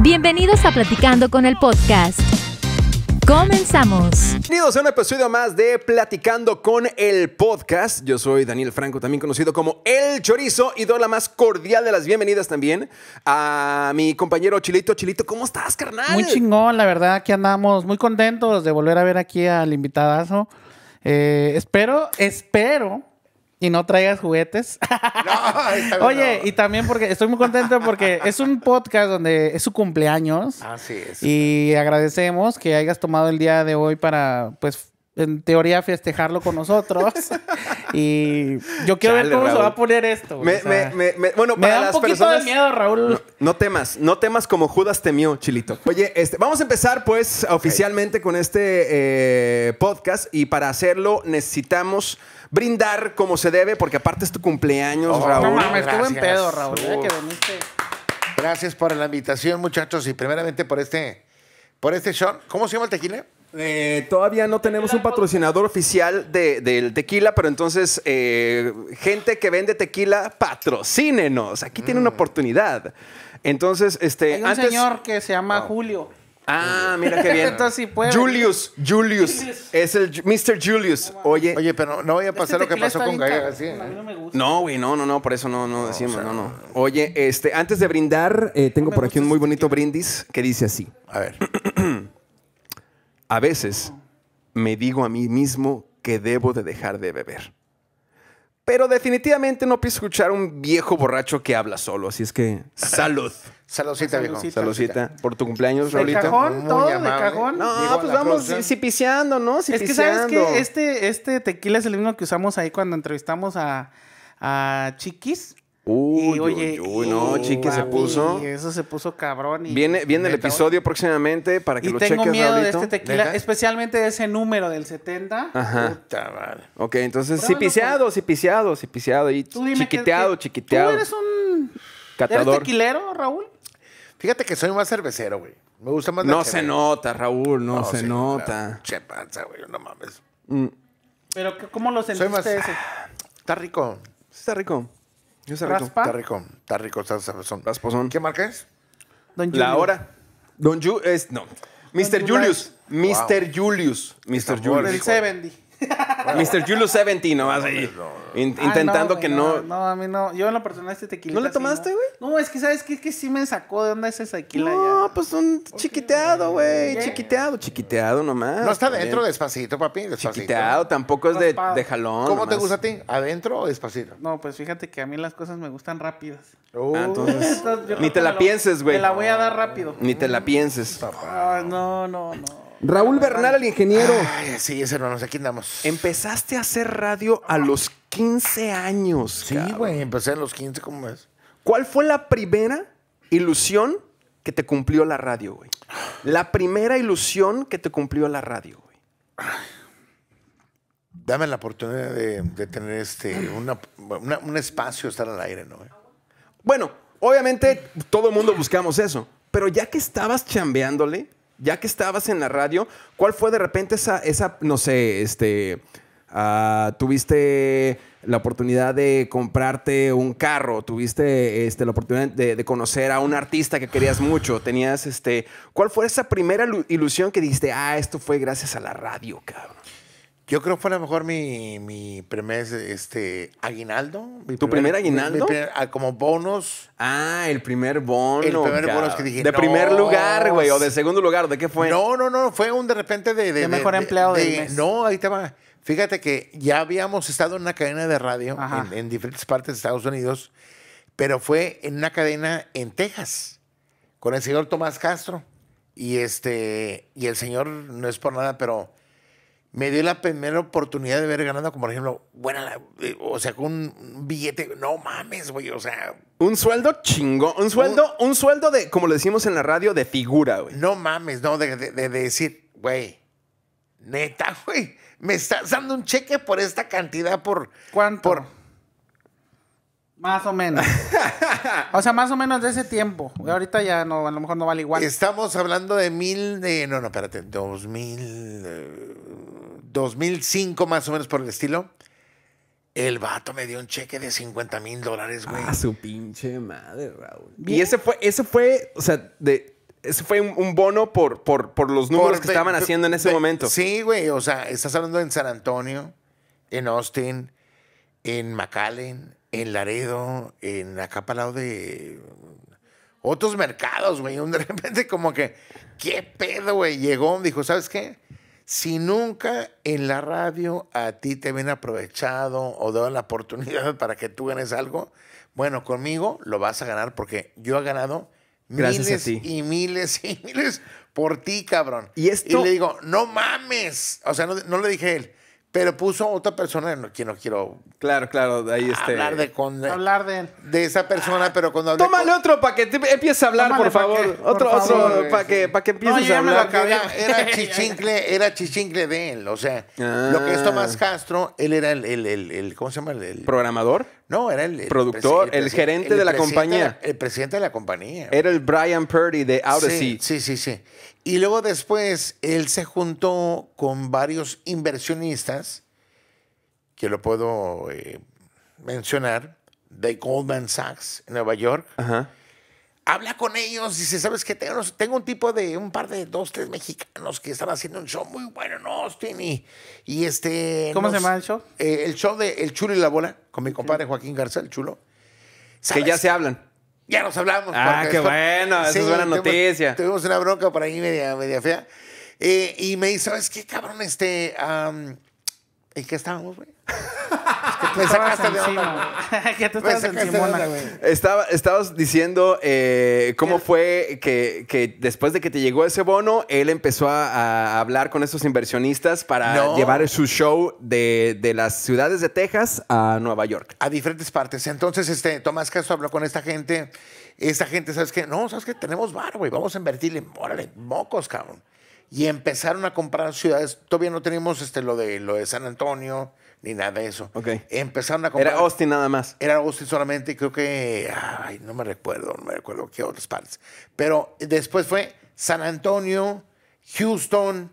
Bienvenidos a Platicando con el Podcast. Comenzamos. Bienvenidos a un episodio más de Platicando con el podcast. Yo soy Daniel Franco, también conocido como El Chorizo, y doy la más cordial de las bienvenidas también a mi compañero Chilito. Chilito, ¿cómo estás, carnal? Muy chingón, la verdad, aquí andamos muy contentos de volver a ver aquí al invitadazo. Eh, espero, espero. Y no traigas juguetes. No, está bien, Oye, no. y también porque estoy muy contento porque es un podcast donde es su cumpleaños. Ah, Así es. Y agradecemos que hayas tomado el día de hoy para, pues, en teoría festejarlo con nosotros. y yo quiero ver Chale, cómo se Raúl. va a poner esto. Me- o sea, me- me- me- bueno, me para da un las poquito personas- de miedo, Raúl. No, no temas, no temas como Judas temió, Chilito. Oye, este, vamos a empezar pues oficialmente con este eh, podcast y para hacerlo necesitamos brindar como se debe porque aparte es tu cumpleaños, Oh, No Raúl. mames, qué buen gracias. pedo, Raúl. eh, Uf. que viniste. Gracias por la invitación, muchachos, y primeramente por este, por este shot. ¿Cómo se llama el tequila? Eh, todavía no tenemos un patrocinador oficial de- del tequila, pero entonces, eh, gente que vende tequila, patrocínenos. Aquí tienen una oportunidad. Entonces, este. Mm. Hay un señor que se llama Julio. Ah, mira qué bien. Entonces sí puede Julius, Julius. Es el Ju- Mr. Julius. Oye. Oye, pero no, no Este vaya a pasar lo que pasó con Gallega. Gallega, sí, ¿eh? A mí no me gusta. No, güey, no, no, no, por eso no, no decimos, no, no. Oye, este, antes de brindar, eh, tengo me por aquí un gusta este muy ese bonito brindis que dice así. A ver. A veces me digo a mí mismo que debo de dejar de beber. Pero definitivamente no pienso escuchar a un viejo borracho que habla solo. Así es que salud. Saludcita, viejo. Saludcita. Saludcita. Por tu cumpleaños, ¿De Raulito. cajón? todo de amable. cajón. No, Llegó a pues la vamos producción. cipiciando, ¿no? Es que sabes Cipiciando. que este, este tequila es el mismo que usamos ahí cuando entrevistamos a, a Chiquis. Uy, Y, uy, uy, no, y, Chiquis se papi, puso. Eso se puso cabrón. Y, Viene, viene el neta, episodio próximamente para que Y lo tengo cheques, miedo Raulito. de este tequila, ¿Neta? especialmente de ese número del 70. Ajá. Puta madre. Ok, entonces Pruébalo, cipiciado, cipiciado, cipiciado. Y pues, Tú dime que- chiquiteado, que- chiquiteado. ¿Tú eres un ¿Eres catador. tequilero, Raúl? Fíjate que soy más cervecero, güey. Me gusta más la No se cheve. nota, Raúl, no, se sí, nota. claro. Che, panza, güey, no mames. Pero ¿qué- ¿cómo lo sentiste más- ese? Está rico. Está rico. Está rico. Raspa. Está rico. Está rico. Está sabrosón. Rasposón. ¿Qué marca es? Ah, Don La Julio. hora. Don Ju es no. Mr. Don Julius. Julius. Mr. Julius. Mr. Está Julius. Del rico. 70. Mr. Julius 70, nomás ahí. in- Ah, Intentando no, que güey, no. No, a mí no. Yo en lo personal este tequila. ¿No le tomaste, güey? No, es que sabes que, es que sí me sacó de onda ese tequila No, ya. pues un chiquiteado, güey. Yeah. Chiquiteado, chiquiteado nomás. No está También. dentro, despacito, papi. Despacito. Chiquiteado, tampoco es de, Raspado. de jalón. ¿Cómo te nomás. gusta a ti? ¿Adentro o despacito? No, pues fíjate que a mí las cosas me gustan rápidas. Ah, entonces, Entonces, yo ni creo te que la me lo- pienses, güey. Me la voy a dar rápido. Ni te la pienses. Ah, no, no, no. Raúl Bernal, el ingeniero. Ay, sí, es hermanos, aquí andamos. Empezaste a hacer radio a los 15 años. Sí, cabrón. güey, empecé a los 15, ¿cómo es? ¿Cuál fue la primera ilusión que te cumplió la radio, güey? La primera ilusión que te cumplió la radio, güey. Dame la oportunidad de, de tener este una- una- un espacio, estar al aire, ¿no? güey? Bueno, obviamente todo el mundo buscamos eso, pero ya que estabas chambeándole, ya que estabas en la radio, ¿cuál fue de repente esa, esa no sé, este, ah, tuviste la oportunidad de comprarte un carro, tuviste este, la oportunidad de, de conocer a un artista que querías mucho, tenías, este, ¿cuál fue esa primera ilu- ilusión que dijiste, ah, esto fue gracias a la radio, cabrón? Yo creo que fue a lo mejor mi, mi primer este, aguinaldo. mi ¿Tu primer aguinaldo? mi- mi primer- ah, como bonus. Ah, el primer bono. El primer bono es cabrón. que dije, De no, primer lugar, güey, o de segundo lugar, ¿de qué fue? No, no, no, fue un de repente de... De mejor empleado del mes. No, ahí te va. Fíjate que ya habíamos estado en una cadena de radio Ajá. en, en diferentes partes de Estados Unidos, pero fue en una cadena en Texas con el señor Tomás Castro. Y este, y el señor, no es por nada, pero me dio la primera oportunidad de haber ganado, como por ejemplo, buena, la- eh, o sea, con un billete, no mames, güey, o sea, Un sueldo chingo, un sueldo, un sueldo de, como le decimos en la radio, de figura, güey. No mames, no, de, de- de decir, güey, neta, güey, me estás dando un cheque por esta cantidad, por... ¿Cuánto? Por, Más o menos. o sea, más o menos de ese tiempo. Ahorita ya no, a lo mejor no vale igual. estamos hablando de mil, de, no, no, espérate, dos mil, eh, dos mil cinco más o menos por el estilo. El vato me dio un cheque de 50 Ah, mil dólares, güey. su pinche madre, Raúl. Y Bien. ese fue, ese fue, o sea, de Ese fue un, un bono por, por, por los números Por que ve- estaban ve- haciendo en ese ve- momento. Sí, güey. O sea, estás hablando en San Antonio, en Austin, en McAllen, en Laredo, en acá para lado de otros mercados, güey. Un De repente, como que, ¿qué pedo, güey? Llegó, dijo, ¿sabes qué? Si nunca en la radio a ti te ven aprovechado o dado la oportunidad para que tú ganes algo, bueno, conmigo lo vas a ganar porque yo he ganado Gracias a miles ti. y miles y miles por ti, cabrón. Y esto- le digo, no mames. O sea, no, no le dije a él, pero puso otra persona, no, que no quiero Claro, claro. de ahí este. hablar de, con- Ah, Hablar de él. de esa persona, pero cuando hablé Tómale con- otro para que te empieces a hablar, Tómale por pa' favor. que- por otro, favor, otro, güey, para que, pa' que empieces No, yo a ya me lo hablar. acabé. Era, era chichincle, era chichincle de él. O sea, Ah. lo que es Tomás Castro, él era el, el- el- el- ¿cómo se llama? El, el- ¿Programador? no, era el, el Productor, presi- el presi- gerente de la presidente compañía. la- el presidente de la compañía. Era el Brian Purdy de Out of sí, Sea. sí, sí, sí. Y luego después él se juntó con varios inversionistas, que lo puedo eh, mencionar, de Goldman Sachs en Nueva York. Ah. Ajá. habla con ellos, dice, ¿sabes qué? Tengo, tengo un tipo de un par de dos, tres mexicanos que están haciendo un show muy bueno en Austin y, y este... ¿Cómo se nos- llama el show? eh, el show de El Chulo y la Bola, con mi compadre Joaquín Garza, el Chulo. Que ¿Sabes? ya se hablan. Ya nos hablamos. Ah, porque qué después- bueno, esa es buena tuvimos- noticia. Tuvimos una bronca por ahí media, media fea. Eh, y me dice, ¿sabes qué, cabrón? Este, am, ¿En qué estábamos, güey? Es que me Estabas sacaste de onda. encima. que tú Me estabas sacaste de encimona. onda, güey. Estaba, estabas diciendo eh, cómo fue que, que después de que te llegó ese bono, él empezó a, a hablar con estos inversionistas para No. llevar su show de, de las ciudades de Texas a Nueva York. a diferentes partes. Entonces, este, Tomás Castro habló con esta gente. Esta gente, ¿sabes qué? No, ¿sabes qué? Tenemos bar, güey. Vamos a invertirle. Órale, mocos, cabrón. Y empezaron a comprar ciudades. Todavía no teníamos este, lo, de, lo de San Antonio ni nada de eso. Ok. Empezaron a comprar. Era Austin nada más. Era Austin solamente, creo que. Ay, no me recuerdo, no me recuerdo qué otras partes. Pero después fue San Antonio, Houston,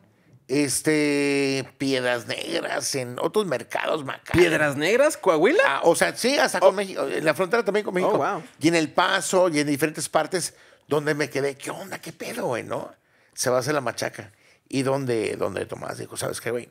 este. Piedras Negras, en otros mercados macabros. ¿Piedras Negras, Coahuila? Ah, o sea, sí, hasta con México, en la frontera también con México. Oh, wow. Y en El Paso y en diferentes partes donde me quedé, ¿qué onda? ¿Qué pedo, güey? ¿No? Se va a hacer la machaca. Y donde, donde Tomás dijo, ¿sabes qué, güey?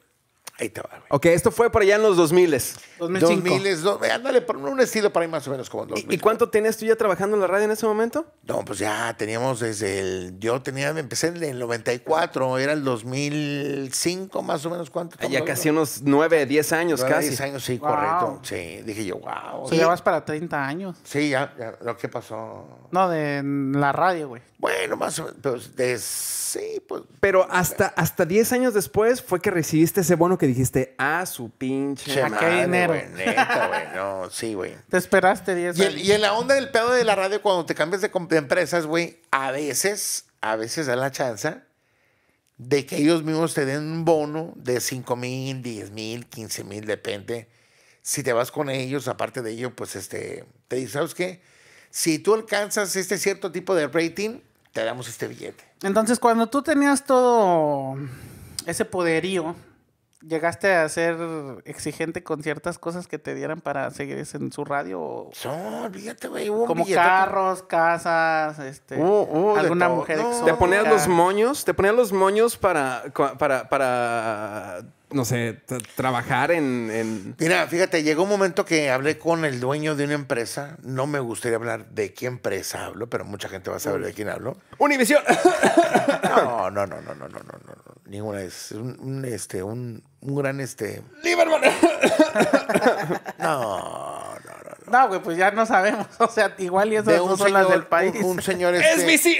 Ahí te va, güey. Ok, esto fue por allá en los 2000. 2005. 2000 es do- ándale, por un estilo para ir más o menos como ¿Y, 2000. y cuánto tenías tú ya trabajando en la radio en ese momento? No, pues ya teníamos desde el. Yo tenía, empecé en el 94, era el 2005, más o menos, ¿cuánto? Ah, Ya casi unos 9, 10 años Nueve, casi. diez años, sí, Wow. correcto. Sí, dije yo, wow. O sea, ya vas para 30 años. Sí, ya, ya, lo que pasó. No, de en la radio, güey. Bueno, más o menos. pues, de- sí, pues. Pero hasta, hasta 10 años después fue que recibiste ese bono que dijiste, ah, su pinche che, madre". Aquí hay dinero. güey, neta, güey. No, sí, güey. Te esperaste 10 Y, el- años. y en la onda del pedo de la radio, cuando te cambias de, com- de empresas, güey, a veces, a veces da la chance de que ellos mismos te den un bono de 5 mil, 10 mil, 15 mil, depende. Si te vas con ellos, aparte de ello, pues este, te dicen, ¿sabes qué? Si tú alcanzas este cierto tipo de rating, te damos este billete. Entonces, cuando tú tenías todo ese poderío, ¿llegaste a ser exigente con ciertas cosas que te dieran para seguir en su radio? O- No, olvídate, güey. hubo un Como billetote. carros, casas, este, Uh, uh, de alguna todo. mujer No, exótica. Te ponías los moños, te ponías los moños para, cua- para, para no sé, tra- trabajar en, en- Mira, fíjate, llegó un momento que hablé con el dueño de una empresa. No me gustaría hablar de qué empresa hablo, pero mucha gente va a saber de quién hablo. Univision. No, no, no, no, no, no, no, no, no. Ninguna es un, un, este, un, un gran este. Lieberman. No, no, no. No, güey, pues ya no sabemos. O sea, igual y esas De no un son las señor, del país. Un, un señor Es mi este. sí.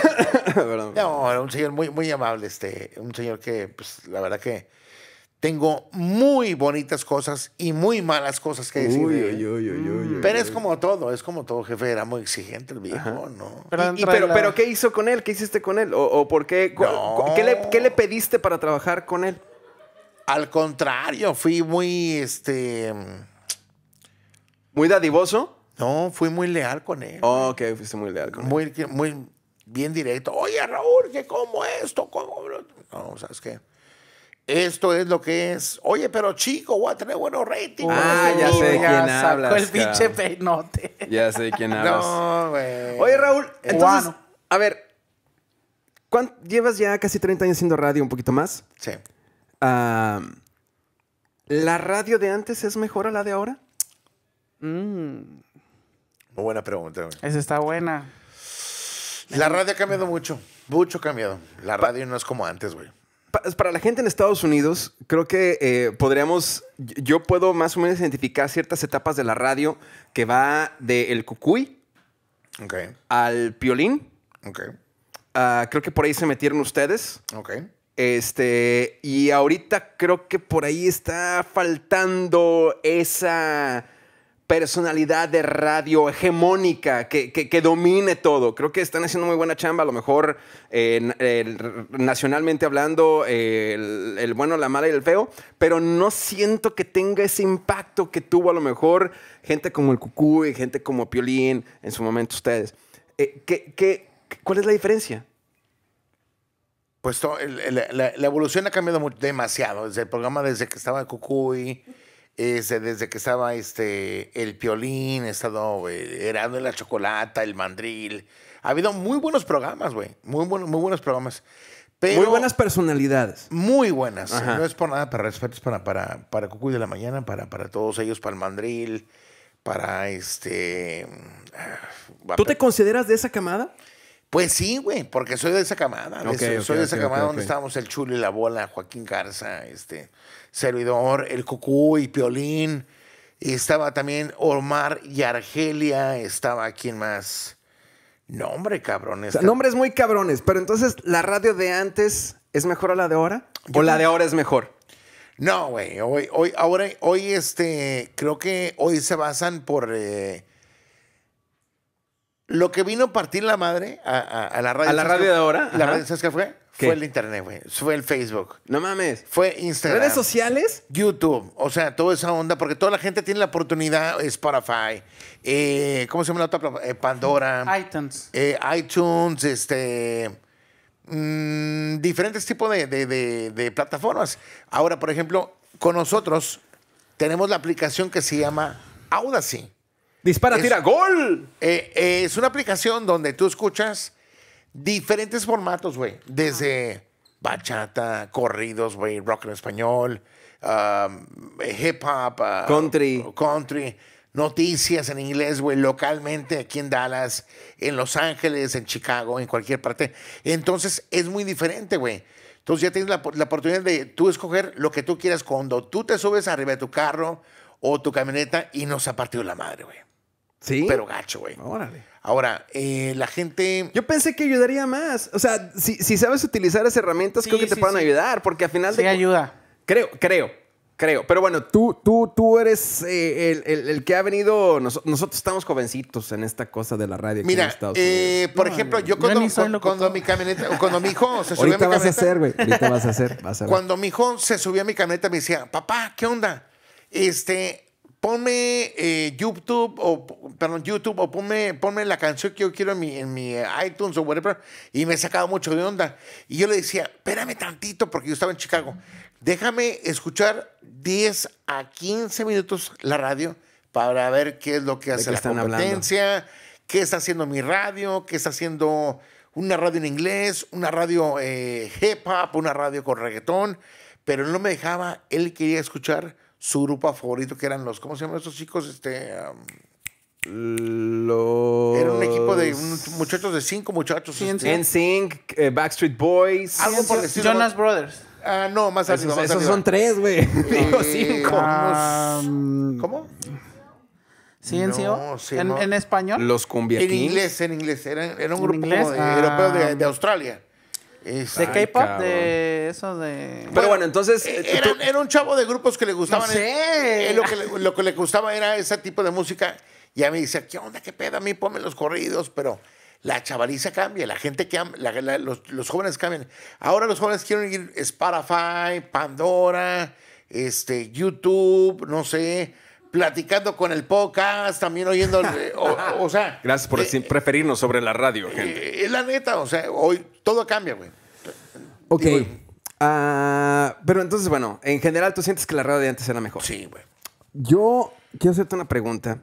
Perdón. No, era un señor muy, muy amable, este. Un señor que, pues, la verdad que tengo muy bonitas cosas y muy malas cosas que decir. de él. Pero es como todo, es como todo, jefe. Era muy exigente el viejo, ¿no? Pero Y- y dentro de pero, la- pero ¿qué hizo con él? ¿Qué hiciste con él? ¿O, o por qué? cu- No. cu- ¿Qué, le, qué le pediste para trabajar con él? Al contrario, fui muy, este, ¿Muy dadivoso? no, fui muy leal con él. Oh, ok, fuiste muy leal con él. Muy, muy bien directo. Oye, Raúl, ¿qué como esto? ¿Cómo? lo-?" No, ¿sabes qué? Esto es lo que es. Oye, pero chico, voy a tener buenos ratings. Ah, Uy, ya sé de ya quién sacó hablas, el pinche cabrón. peinote. Ya sé quién hablas. No, güey. Oye, Raúl, entonces, Cubano. a ver, ¿Cuán- Llevas ya casi 30 años haciendo radio, un poquito más. Sí. Ah, ¿La radio de antes es mejor a la de ahora? Mm, Muy buena pregunta. güey. esa está buena. La radio ha cambiado mucho. Mucho ha cambiado. La radio no es como antes, güey. Pa- Para la gente en Estados Unidos, creo que eh, podríamos, yo- yo puedo más o menos identificar ciertas etapas de la radio que va del cucuy Ok. al piolín. Ok. Ah, creo que por ahí se metieron ustedes. Ok. Este, y ahorita creo que por ahí está faltando esa personalidad de radio hegemónica que, que- que domine todo. Creo que están haciendo muy buena chamba, a lo mejor eh, n- el- r- nacionalmente hablando, eh, el, el bueno, la mala y el feo, pero no siento que tenga ese impacto que tuvo a lo mejor gente como el Cucú y gente como Piolín en su momento ustedes. Eh, ¿qué- qué- cuál es la diferencia? Pues to- el- el- la, la evolución ha cambiado mu- demasiado. Desde el programa, desde que estaba Cucuy, este, desde que estaba este, el Piolín, ha estado eh, Erasmo y la Chocolata, el Mandril. Ha habido muy buenos programas, güey. Muy, buenos muy buenos programas. Pero Muy buenas personalidades. Muy buenas. eh, Ajá. No es por nada, pero respetos para, para, para Cucuy de la Mañana, para, para todos ellos, para el Mandril, para este... ah, ¿Tú te consideras de esa camada? Pues sí, güey, porque soy de esa camada. de Ok, eso- soy ok, de esa ok, camada ok, donde ok. estábamos el Chulo y la Bola, Joaquín Garza, este, Servidor, el Cucú y Piolín. Y estaba también Omar y Argelia. Estaba, ¿quién más? No, hombre, cabrón. O sea, esta- nombres muy cabrones, pero entonces la radio de antes es mejor a la de ahora o la de ahora es mejor. No, güey. Hoy, hoy, ahora, hoy, este, creo que hoy se basan por eh, lo que vino a partir la madre a, a- a la radio. ¿A la ¿Sabes radio qué- de ahora? La Ajá. radio, ¿sabes qué fue? ¿Qué? Fue el internet, güey. Fue el Facebook. No mames. Fue Instagram. Redes sociales YouTube, o sea, toda esa onda, porque toda la gente tiene la oportunidad, Spotify, eh, ¿cómo se llama la otra? plataforma? Eh, Pandora, iTunes. eh, iTunes, este, mm, diferentes tipos de, de- de- de plataformas. Ahora, por ejemplo, con nosotros tenemos la aplicación que se llama Audacy. dispara, Es- tira, gol. Eh, eh, es una aplicación donde tú escuchas diferentes formatos, güey. Desde bachata, corridos, güey, rock en español, um, hip hop, ah, Country. country, noticias en inglés, güey, localmente aquí en Dallas, en Los Ángeles, en Chicago, en cualquier parte. Entonces es muy diferente, güey. Entonces ya tienes la, la oportunidad de tú escoger lo que tú quieras cuando tú te subes arriba de tu carro o tu camioneta y nos ha partido la madre, güey. Sí. Pero gacho, güey. órale. Ahora, eh, la gente. Yo pensé que ayudaría más. O sea, si, si sabes utilizar esas herramientas, Sí, creo que te sí, pueden sí. ayudar, porque al final Sí, de cu- ayuda. Creo, creo, creo. Pero bueno, tú, tú, tú eres eh, el, el- el que ha venido. nos- nosotros estamos jovencitos en esta cosa de la radio. aquí en Mira, Estados eh, por No, ejemplo, yo- yo yo cuando, ni soy cu- locutor. cuando mi camioneta, o cuando mi hijo se Unidos. subió a mi Ahorita vas a camioneta, hacer, güey. Ahorita vas a hacer. Vas a ver. cuando mi hijo se subió a mi camioneta me decía, papá, ¿qué onda? Este, ponme eh, YouTube o, perdón, YouTube o ponme, ponme la canción que yo quiero en mi, en mi eh, iTunes o whatever. Y me sacaba mucho de onda. Y yo le decía, espérame tantito porque yo estaba en Chicago. Déjame escuchar 10 a 15 minutos la radio para ver qué es lo que hace qué la están hablando? competencia competencia, qué está haciendo mi radio, qué está haciendo una radio en inglés, una radio eh, hip hop, una radio con reggaetón, pero él no me dejaba, él quería escuchar su grupo favorito, que eran los, ¿cómo se llaman estos chicos? Este, um, Los... era un equipo de un- muchachos de cinco muchachos. Sí, en este, NSYNC, eh, Backstreet Boys. Algo por decirlo. Jonas Brothers. ah, no, más arriba, esos más esos arriba. son tres, güey. Digo Eh, cinco. unos- Um, ¿Cómo? ¿Sí, en, No, CEO? sí, ¿En, no. en español? Los Cumbia En Kings. inglés, en inglés. Era, era un ¿En grupo inglés? como de- Ah. europeo de, de Australia. ¿De Este, Ay, K-pop? cabrón. ¿De eso de...? Pero bueno, entonces, eh, eh, Era, era un chavo de grupos que le gustaban. No sé. eh, lo, que le, lo que le gustaba era ese tipo de música. Y a mí dice, ¿qué onda? ¿Qué pedo? A mí ponme los corridos. Pero la chavaliza cambia. La gente que am- la- la- los, los jóvenes cambian. Ahora los jóvenes quieren ir Spotify, Pandora, este, YouTube, no sé. Platicando con el podcast, también oyendo. eh, o, o sea. Gracias por eh, decir- preferirnos sobre la radio, gente. eh, es la neta, o sea, hoy todo cambia, güey. ok. digo- Ah, pero entonces, bueno, en general tú sientes que la radio de antes era mejor. Sí, güey. Yo quiero hacerte una pregunta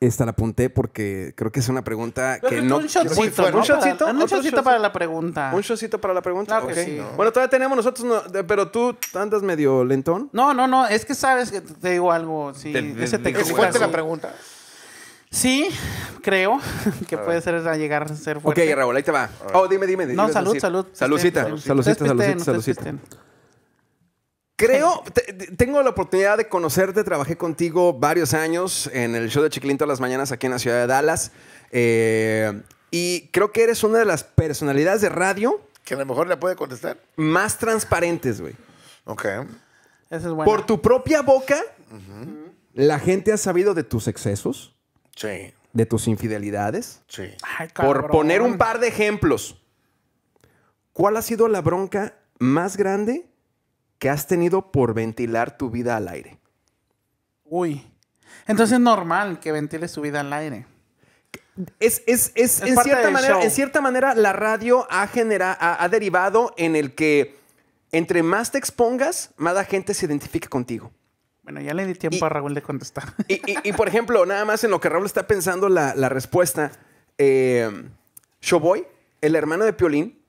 Esta la apunté porque creo que es una pregunta que no. un shotcito, ¿Un ¿no? shotcito? Para, un ¿Otro shotcito shot? para la pregunta. ¿Un shotcito para la pregunta? Claro que Ok. sí. No. Bueno, todavía tenemos nosotros, no- de- pero tú andas medio lentón. No, no, no, es que sabes que te digo algo, sí, Del- del- ese te del- ¿Es Bueno, fuerte sí. la pregunta? Sí, creo que puede ser a llegar a ser fuerte. Ok, Raúl, ahí te va. Oh, dime, dime. No, dime, salud, Lucita. salud. Saludcita, Ustedes saludcita, pisten, saludcita, ustedes saludcita. pisten. Creo, te- te- tengo la oportunidad de conocerte, trabajé contigo varios años en el show de Chiquilín todas las mañanas aquí en la ciudad de Dallas. Eh, y creo que eres una de las personalidades de radio Que a lo mejor la puede contestar. más transparentes, güey. Ok. Esa es buena. Por tu propia boca, la gente ha sabido de tus excesos, Sí, de tus infidelidades. sí. Ay, Por cabrón. poner un par de ejemplos, ¿cuál ha sido la bronca más grande que has tenido por ventilar tu vida al aire? Uy. Entonces es normal que ventile su vida al aire. Es, es- es- Es en, parte cierta del manera, show. en cierta manera, la radio ha, genera- ha, ha derivado en el que entre más te expongas, más la gente se identifica contigo. Bueno, ya le di tiempo Y- a Raúl de contestar. Y, y- y, por ejemplo, nada más en lo que Raúl está pensando la, la respuesta, eh, Showboy, el hermano de Piolín,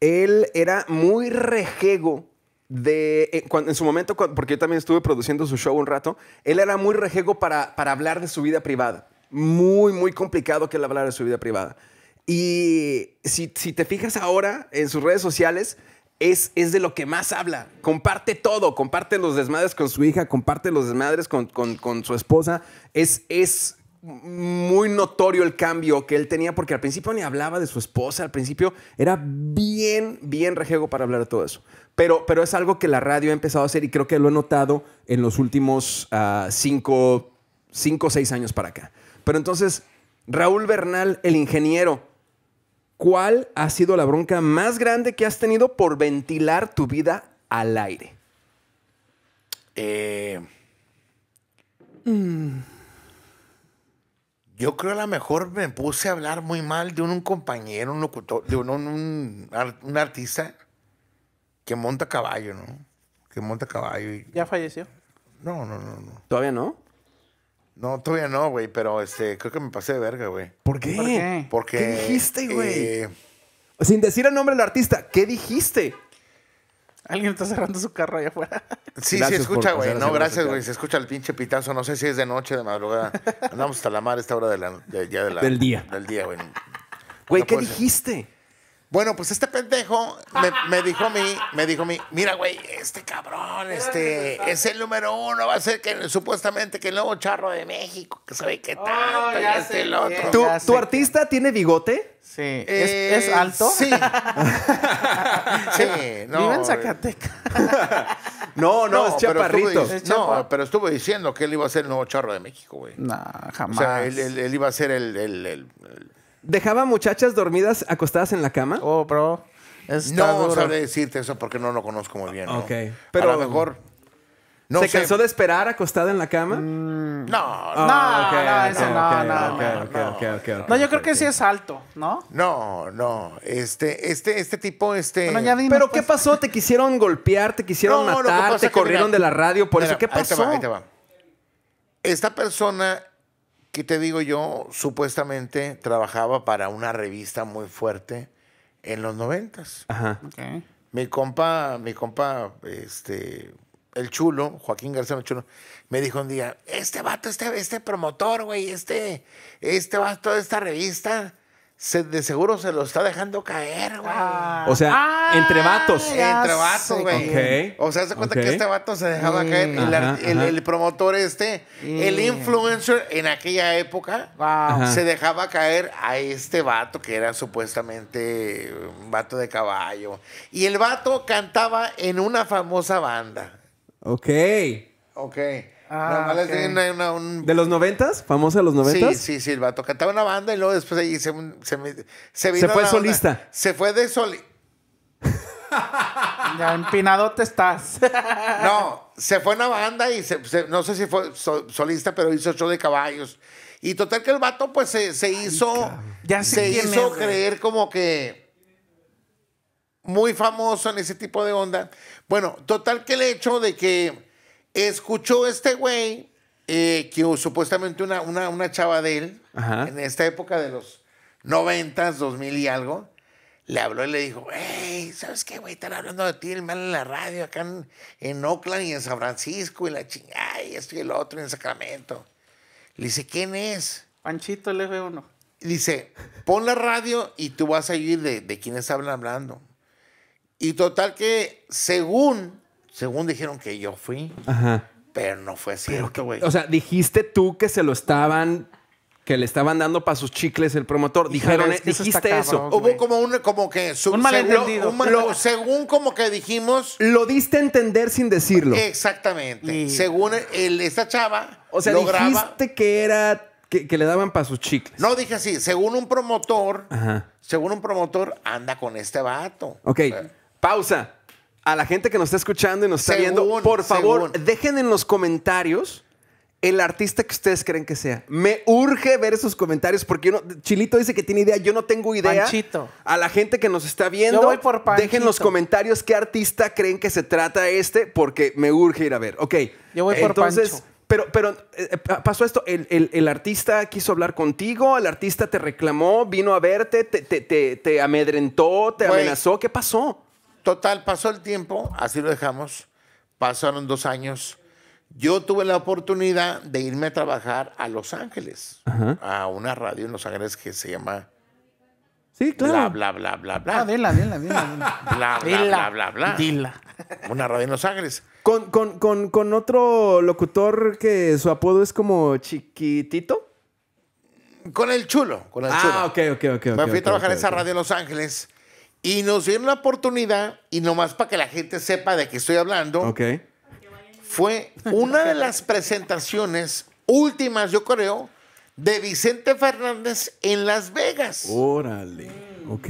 él era muy rejego de... eh, cuan- en su momento, cuan- porque yo también estuve produciendo su show un rato, él era muy rejego para, para hablar de su vida privada. Muy, muy complicado que él hablara de su vida privada. Y si, si te fijas ahora en sus redes sociales, es, es de lo que más habla. Comparte todo, comparte los desmadres con su hija, comparte los desmadres con, con- con su esposa. Es, es muy notorio el cambio que él tenía porque al principio ni hablaba de su esposa, al principio era bien, bien rejego para hablar de todo eso. Pero, pero es algo que la radio ha empezado a hacer y creo que lo he notado en los últimos ah, cinco, cinco o seis años para acá. Pero entonces, Raúl Bernal, el ingeniero, ¿cuál ha sido la bronca más grande que has tenido por ventilar tu vida al aire? Eh, Yo creo a lo mejor me puse a hablar muy mal de un, un compañero, un locutor, de un, un- un ar- un artista que monta caballo, ¿no? Que monta caballo. y- ya falleció. No, no, no, no. ¿Todavía no? No, todavía no, güey, pero este, creo que me pasé de verga, güey. ¿Por qué? ¿Por qué? Porque. ¿Qué dijiste, güey? eh, Sin decir el nombre del artista, ¿qué dijiste? Alguien está cerrando su carro allá afuera. Sí, Gracias se escucha, por güey. pasar No, así, gracias, gracias. güey. Se escucha el pinche pitazo. No sé si es de noche, de madrugada. Andamos hasta la mar a esta hora de la, de- ya de la- Del día. Del día, güey. Güey, No ¿qué puede ser. dijiste? Bueno, pues este pendejo me, me dijo a mí, me dijo a mí, mira, güey, este cabrón, este, es el número uno, va a ser que supuestamente que el nuevo charro de México, que sabe qué tanto, y Oh, ya este sé el otro. quién. ¿Tu, Ya sé tu que- artista tiene bigote? Sí. Eh, ¿Es, es alto? Sí. sí, no. eh. Vive en Zacatecas. No, no, es pero estuvo chaparrito. dic- Es No, chapa. pero estuvo diciendo que él iba a ser el nuevo charro de México, güey. No, O jamás. sea, él, él- él iba a ser el... el- el- el- ¿Dejaba muchachas dormidas acostadas en la cama? Oh, bro. Está No duro. sabré decirte eso porque no lo conozco muy bien. ¿no? Ok. Pero a Pero- lo mejor... No ¿Se sé. Mm. cansó de esperar acostada en la cama? No, Ah, no, no, ok, no, ese ok, ok, no, no, ok, no, ok, no. ok, ok, No, yo ok, creo que ok. sí es alto, ¿no? No, no. Este, este, este tipo, este. Bueno, ya pues. di- ¿Pero qué pasó? ¿Te quisieron golpear? ¿Te quisieron No, lo que matar? pasa ¿Te es que, corrieron mira, de la radio? ¿Por mira, eso qué ahí te pasó? va, ahí te va. Esta persona que te digo yo, supuestamente trabajaba para una revista muy fuerte en los noventas. Ajá. Ok. Mi compa, mi compa, este, el chulo, Joaquín García el chulo, me dijo un día, este vato, este, este promotor, güey, este, este vato de esta revista, se- de seguro se lo está dejando caer, güey. O sea, Ah. entre vatos. Ah, ya Entre sé vatos, güey. quién. Ok. O sea, se cuenta Ok. que este vato se dejaba caer. El, ar- Ajá, el- ajá. el promotor este, el influencer en aquella época, Wow. Ajá. se dejaba caer a este vato que era supuestamente eh, un vato de caballo. Y el vato cantaba en una famosa banda. Ok. Ok. Ah, Nomás les ok. di una- una- un- ¿De los noventas? ¿Famosa de los Sí, noventas? sí, sí, el vato cantaba una banda y luego después ahí se, se, me- se vino Se fue la onda. solista. Se fue de solista. Ya empinadote estás. No, se fue a una banda y se- se- no sé si fue so- solista, pero hizo show de caballos. Y total que el vato pues se, se hizo, Ya sé se quién es, hizo güey. creer como que muy famoso en ese tipo de onda. Bueno, total que el hecho de que escuchó este güey, eh, que supuestamente una, una, una chava de él, Ajá. en esta época de los noventas, dos mil y algo, le habló y le dijo, hey, ¿sabes qué, güey? Están hablando de ti el mal en la radio acá en, en Oakland y en San Francisco y la chingada y esto y el otro y en Sacramento. Le dice, ¿quién es? Panchito el F1. Y dice, pon la radio y tú vas a oír de, de quiénes hablan hablando. Y total que según, según dijeron que yo fui, Ajá. pero no fue cierto, güey. O sea, dijiste tú que se lo estaban, que le estaban dando para sus chicles el promotor. Híjole, Dijeron, es que eso está dijiste eso. cabrón. Hubo güey. como un, como que... sub- Un malentendido. según- un mal- lo- según como que dijimos... Lo diste a entender sin decirlo. Exactamente. Y- Según el, esta chava o sea, lo dijiste graba. que era, que, que le daban para sus chicles. No, dije así. Según un promotor, Ajá. según un promotor, anda con este vato. Eh, Ok, O sea, Eh, pausa. A la gente que nos está escuchando y nos está viendo, Según, por favor, según. dejen en los comentarios el artista que ustedes creen que sea. Me urge ver esos comentarios porque yo no- Chilito dice que tiene idea, yo no tengo idea. Panchito. A la gente que nos está viendo, Yo voy por Panchito. dejen en los comentarios qué artista creen que se trata este porque me urge ir a ver. Ok. Yo voy por Entonces, Pancho. Pero, pero eh, pa- pasó esto, el, el- el artista quiso hablar contigo, el artista te reclamó, vino a verte, te, te- te- te amedrentó, te Güey. amenazó, ¿qué pasó? Total, pasó el tiempo, así lo dejamos. Pasaron dos años. Yo tuve la oportunidad de irme a trabajar a Los Ángeles, a una radio en Los Ángeles que se llama Sí, Bla, bla, bla, bla, bla. Ah, dila, dila, dila. dila. Bla, bla, Dila, bla, bla, bla. Dila. Una radio en Los Ángeles. Con, con- con- con otro locutor que su apodo es como Chiquitito. Con el chulo, con el chulo. Ah, ok, ok, ok. Me fui a trabajar en esa radio en Los Ángeles y nos dieron la oportunidad, y nomás para que la gente sepa de qué estoy hablando, Ok. fue una de las presentaciones últimas, yo creo, de Vicente Fernández en Las Vegas. Órale. Ok.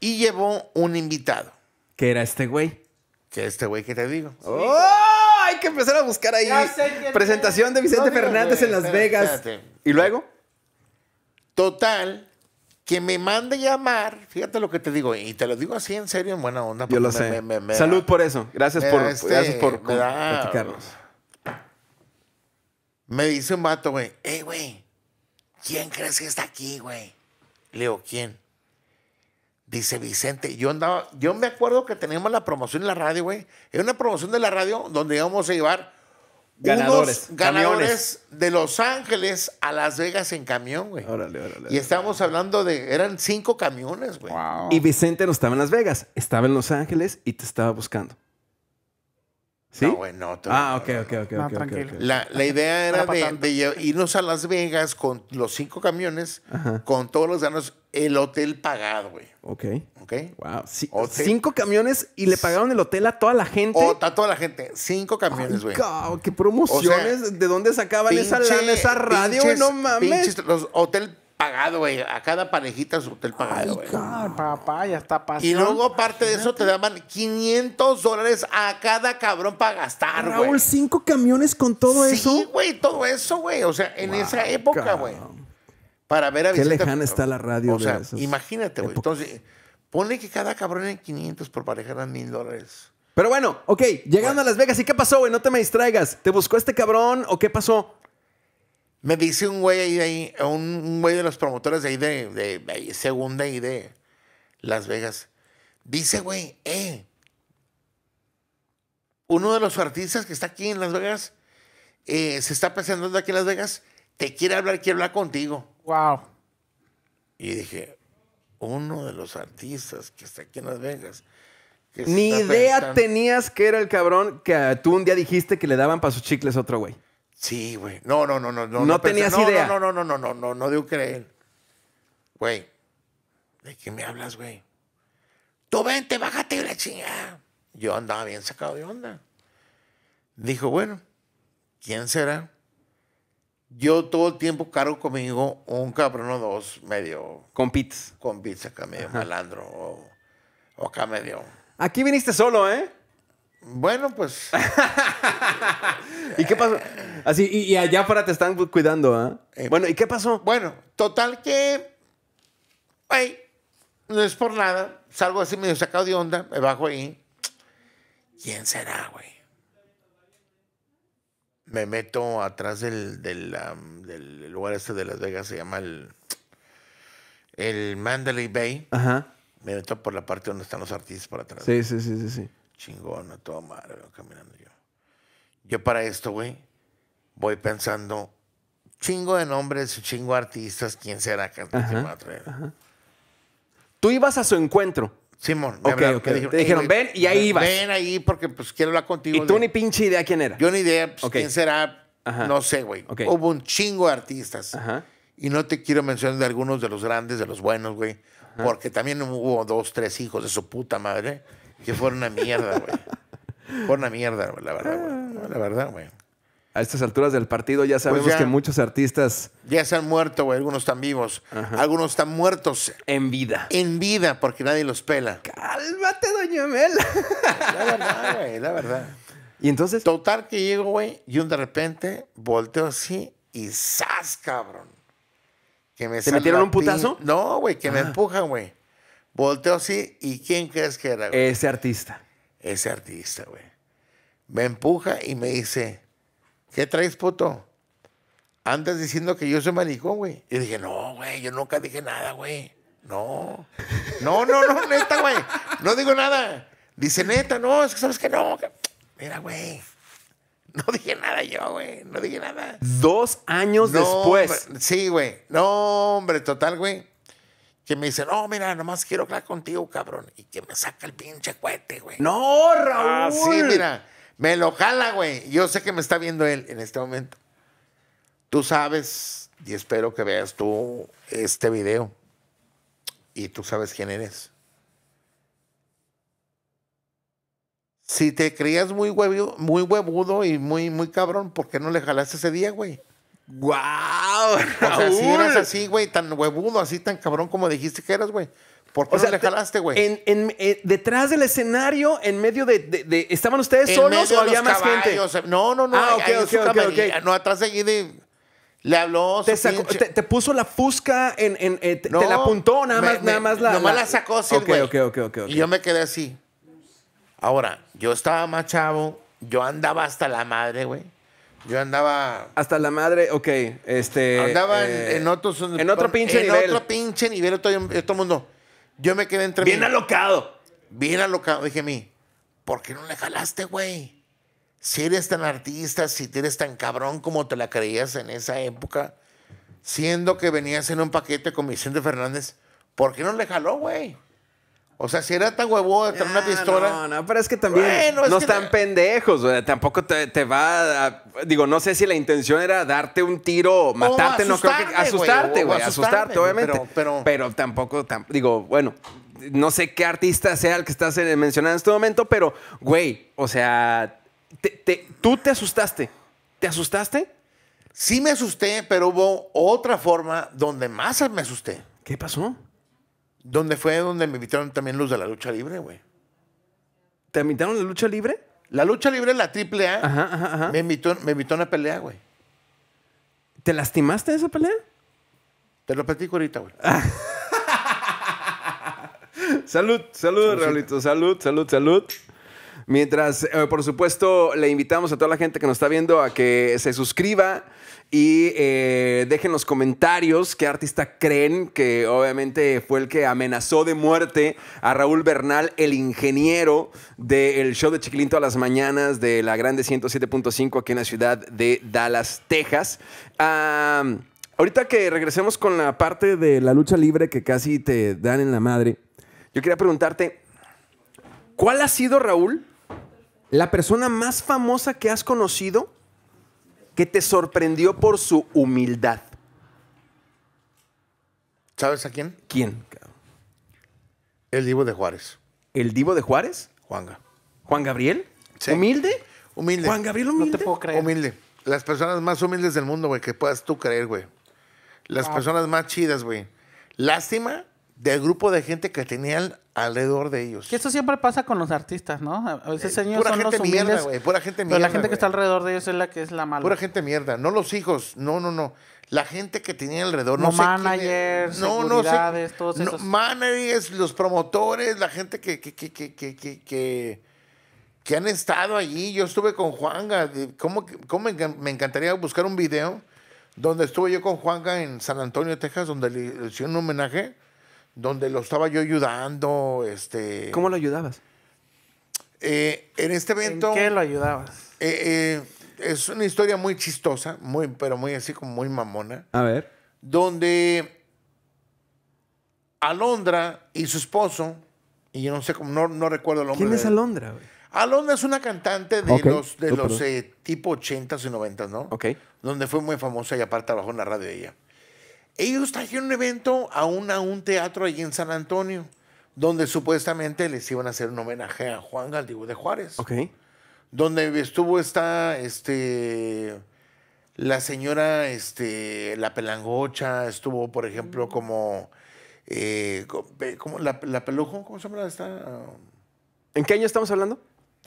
Y llevó un invitado, ¿Qué era este güey? que este güey que te digo. ¡Oh! Hay que empezar a buscar ahí. Ya sé quién Presentación de Vicente No digas, Fernández güey, en Las espérate, Vegas. espérate. ¿Y luego? Total, que me mande llamar, fíjate lo que te digo, y te lo digo así en serio, en buena onda. Yo porque lo Ah, me- sé. me- me- me Salud da- por eso. Gracias me por, da este- gracias por me da- platicarnos. Me dice un vato, güey, hey, güey, ¿quién crees que está aquí, güey? Le digo, ¿quién? Dice Vicente, yo andaba, yo me acuerdo que teníamos la promoción en la radio, güey. Era una promoción de la radio donde íbamos a llevar Ganadores, unos ganadores de Los Ángeles a Las Vegas en camión, güey. Órale, órale. Y estábamos hablando de, eran cinco camiones, güey. Wow. Y Vicente no estaba en Las Vegas, estaba en Los Ángeles y te estaba buscando. ¿Sí? No, güey, no. tú- ah, ok, ok, ok. No, ok, ok, tranquilo. ok. La, la idea era Era pa' de, tanto. de lle- irnos a Las Vegas con los cinco camiones, Ajá. con todos los ganos, el hotel pagado, güey. Ok. ¿Ok? Wow. Sí, Hotel. Cinco camiones y le pagaron el hotel a toda la gente. O a toda la gente, cinco camiones, güey. Cao, ¡Qué promociones! O sea, ¿De dónde sacaban esa Pinche- lana, esa radio? güey? pinches- no mames. pinches- los hotel pagado, güey. A cada parejita su hotel pagado, güey. Ah, papá, ya está pasando. Y luego, aparte de eso, te daban 500 dólares a cada cabrón para gastar, güey. Ah, Raúl, cinco camiones con todo Sí, eso. güey, todo eso, güey. O sea, en esa época, Cao. güey. Para ver a Qué lejana está la radio O de sea, esas imagínate, güey. épocas. Entonces, pone que cada cabrón en 500 por pareja eran 1000 dólares. Pero bueno, ok, llegando Bueno. a Las Vegas, ¿y qué pasó, güey? No te me distraigas. ¿Te buscó este cabrón o qué pasó? Me dice un güey ahí de ahí, un, un güey de los promotores de ahí de, de- de ahí, segunda ahí de Las Vegas. Dice, güey, eh. Uno de los artistas que está aquí en Las Vegas, eh, se está presentando aquí en Las Vegas, te quiere hablar, quiere hablar contigo. Wow. Y dije, uno de los artistas que está aquí en Las Vegas. que se Ni está idea presentando- tenías que era el cabrón que ah, tú un día dijiste que le daban para sus chicles a otro güey. Sí, güey. No, no, no, no. No pensé- tenías no, idea. No, no, no, no, no, no, no debo creer. Güey, ¿de qué me hablas, güey? Tú vente, bájate de la chingada. Yo andaba bien sacado de onda. Dijo, bueno, ¿quién será? Yo todo el tiempo cargo conmigo un cabrón o dos medio Compites. con pizza acá, medio malandro o, o acá medio. Aquí viniste solo, ¿eh? Bueno, pues ¿Y qué pasó? Así, y, y allá afuera te están cuidando, ¿ah? Eh, bueno, ¿y qué pasó? Bueno, total que. Ay, no es por nada. Salgo así medio sacado de onda, me bajo ahí. ¿Quién será, güey? me meto atrás del, del, am, del lugar este de Las Vegas, se llama el, el Mandalay Bay. Ajá. Me meto por la parte donde están los artistas para atrás. Sí, sí, sí, sí, sí. Chingón, a toda madre, güey, caminando yo. Yo para esto, güey, voy pensando, chingo de nombres, chingo de artistas, ¿quién será que que se va a traer? Tú ibas a su encuentro Simón, Ok, ok. Te dijeron, "Ey, güey, ven", y ahí ibas. Ven ahí porque pues quiero hablar contigo. y tú de- ni pinche idea quién era. Yo ni idea, pues, Ok. quién será, Ajá. no sé, güey. Ok. Hubo un chingo de artistas. Ajá. Y no te quiero mencionar de algunos de los grandes, de los buenos, güey. Porque también hubo dos, tres hijos de su puta madre que fueron una mierda, güey. Fueron una mierda, güey, la verdad, Ah. güey. La verdad, güey. A estas alturas del partido ya sabemos Pues ya. que muchos artistas Ya se han muerto, güey. Algunos están vivos. Algunos están muertos en vida. en vida porque nadie los pela. ¡Cálmate, doña Mela! La verdad, güey, la verdad. Y entonces, Total que llego, güey, y un de repente volteo así y ¡zas, cabrón! Que me ¿Te sale metieron la un putazo? Ah. pin- No, güey, que me empujan, güey. Volteo así y ¿quién crees que era, güey? ese artista. Ese artista, güey. Me empuja y me dice, ¿qué traes, puto? Andas diciendo que yo soy maricón, güey. Y dije, no, güey, yo nunca dije nada, güey. No. No, no, no, neta, güey. No digo nada. Dice, neta, no, es que sabes que no. que- Mira, güey. No dije nada yo, güey. No dije nada. Dos años No, después. hombre, sí, güey. No, hombre, total, güey. Que me dice, no, mira, nomás quiero hablar contigo, cabrón. Y que me saca el pinche cohete, güey. ¡No, Raúl! Ah, sí, mira. Me lo jala, güey. Yo sé que me está viendo él en este momento. Tú sabes, y espero que veas tú este video. Y tú sabes quién eres. Si te creías muy, huevo- muy huevudo y muy, muy cabrón, ¿por qué no le jalaste ese día, güey? ¡Guau! O sea, si Raúl! eras así, güey, tan huevudo, así tan cabrón como dijiste que eras, güey. ¿Por qué O sea, no le te- jalaste, güey? en- en- eh, detrás del escenario, en medio de. de- de- ¿Estaban ustedes En solos medio o de había los más caballos, gente? eh, No, no, no. Ah, ahí- ok, ahí en su ok, ok, camerino, ok. No, atrás seguí de... Le habló... Te, su sacó- pinche- te, te puso la fusca en. en- eh, te, No, te la apuntó, nada me- más, me- nada más la. Nomás la, sacó así, el Ok, güey. ok, ok, ok, ok. Y yo me quedé así. Ahora, yo estaba más chavo. Yo andaba hasta la madre, güey. Yo andaba... Hasta la madre, ok. Este, Andaba eh, en, en otros... En otro pinche nivel. En otro pinche nivel. Todo, todo el mundo... Yo me quedé entre... Bien mí. alocado. Bien alocado, dije a mí, ¿por qué no le jalaste, güey? Si eres tan artista, si te eres tan cabrón como te la creías en esa época, siendo que venías en un paquete con Vicente Fernández, ¿por qué no le jaló, güey? O sea, si era tan huevo de tener una Ah, pistola. No, no, pero es que también Bueno, es no que están la- pendejos. o sea, tampoco te, te va a. Digo, no sé si la intención era darte un tiro o matarte, no creo que. Asustarte, asustarme, güey, o- o güey. asustarme, Asustarte, obviamente. pero- pero- tampoco. tam- digo, bueno, no sé qué artista sea el que estás eh, mencionando en este momento, pero, güey, o sea, te- te- tú te asustaste. ¿Te asustaste? Sí me asusté, pero hubo otra forma donde más me asusté. ¿Qué pasó? Donde fue donde me invitaron también los de la lucha libre, güey. ¿Te invitaron a la lucha libre? La lucha libre, la triple A, Ajá, ajá, ajá. Me, invitó, me invitó a una pelea, güey. ¿Te lastimaste en esa pelea? Te lo platico ahorita, güey. Ah. Salud, salud, Raulito. Salud, salud, salud. Mientras, eh, por supuesto, le invitamos a toda la gente que nos está viendo a que se suscriba y eh, dejen los comentarios qué artista creen que obviamente fue el que amenazó de muerte a Raúl Bernal, el ingeniero del show de Chiquilín todas las mañanas de la Grande 107.5 aquí en la ciudad de Dallas, Texas. Ah, ahorita que regresemos con la parte de la lucha libre que casi te dan en la madre, yo quería preguntarte... ¿Cuál ha sido, Raúl, la persona más famosa que has conocido que te sorprendió por su humildad? ¿Sabes a quién? ¿Quién? cabrón? El Divo de Juárez, ¿El Divo de Juárez? Juanga. ¿Juan Gabriel? Sí. ¿Humilde? Humilde. ¿Juan Gabriel No humilde? te puedo creer. Humilde. Las personas más humildes del mundo, güey, que puedas tú creer, güey. Las personas más chidas, güey. Lástima del grupo de gente que tenían alrededor de ellos. Que eso siempre pasa con los artistas, ¿no? A a veces ellos Eh, pura son los gente mierda, humildes, güey, pura gente Pero mierda, la gente güey. que está alrededor de ellos es la que es la mala. Pura gente mierda. No los hijos. No, no, no. La gente que tenía alrededor. No No, sé quién- managers, seguridades, todos esos. Managers, los promotores, la gente que, que, que, que, que, que, que- que han estado allí. Yo estuve con Juanga. de- ¿Cómo, que- cómo me encan- me encantaría buscar un video donde estuve yo con Juanga en San Antonio, Texas, donde le, le hicieron un homenaje, donde lo estaba yo ayudando. Este, ¿Cómo lo ayudabas? eh, en este ¿En evento. qué lo ayudabas? Eh, eh, es una historia muy chistosa, muy, pero muy así como muy mamona, A ver. donde Alondra y su esposo, y yo no sé cómo, no, no recuerdo el nombre. ¿Quién es de- Alondra? güey? Alondra es una cantante de Ok, los, de no, los perdón. eh, tipo 80s y 90s, ¿no? Ok. Donde fue muy famosa y aparte trabajó en la radio ella. Ellos trajeron un evento a, una- un teatro allí en San Antonio, donde supuestamente les iban a hacer un homenaje a Juan Galdío de Juárez Ok. donde estuvo esta, este, la señora, este, la pelangocha, estuvo, por ejemplo, como, eh, co- pe- como la, la pelujo, ¿cómo se llama esta? ¿En qué año estamos hablando?